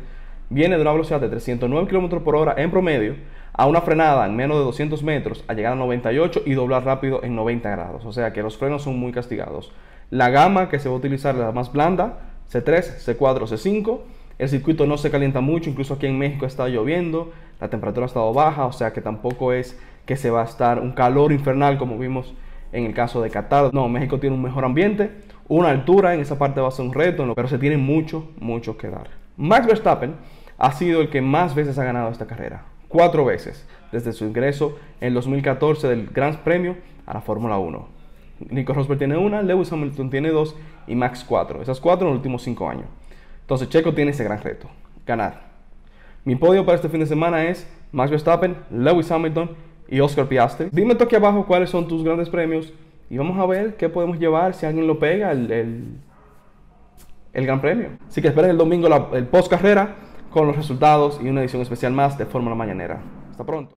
K: viene de una velocidad de 309 km por hora en promedio a una frenada en menos de 200 metros a llegar a 98 y doblar rápido en 90 grados. O sea que los frenos son muy castigados. La gama que se va a utilizar es la más blanda, C3, C4, C5. El circuito no se calienta mucho, incluso aquí en México está lloviendo, la temperatura ha estado baja, o sea que tampoco es que se va a estar un calor infernal como vimos en el caso de Qatar. No, México tiene un mejor ambiente, una altura, en esa parte va a ser un reto, no, pero se tiene mucho, mucho que dar. Max Verstappen ha sido el que más veces ha ganado esta carrera, cuatro veces, desde su ingreso en 2014 del Gran Premio a la Fórmula 1. Nico Rosberg tiene una, Lewis Hamilton tiene dos y Max cuatro. Esas cuatro en los últimos cinco años. Entonces Checo tiene ese gran reto, ganar. Mi podio para este fin de semana es Max Verstappen, Lewis Hamilton y Oscar Piastri. Dime tú aquí abajo cuáles son tus grandes premios y vamos a ver qué podemos llevar si alguien lo pega el, el, el gran premio. Así que esperen el domingo la- el post carrera con los resultados y una edición especial más de Fórmula Mañanera. Hasta pronto.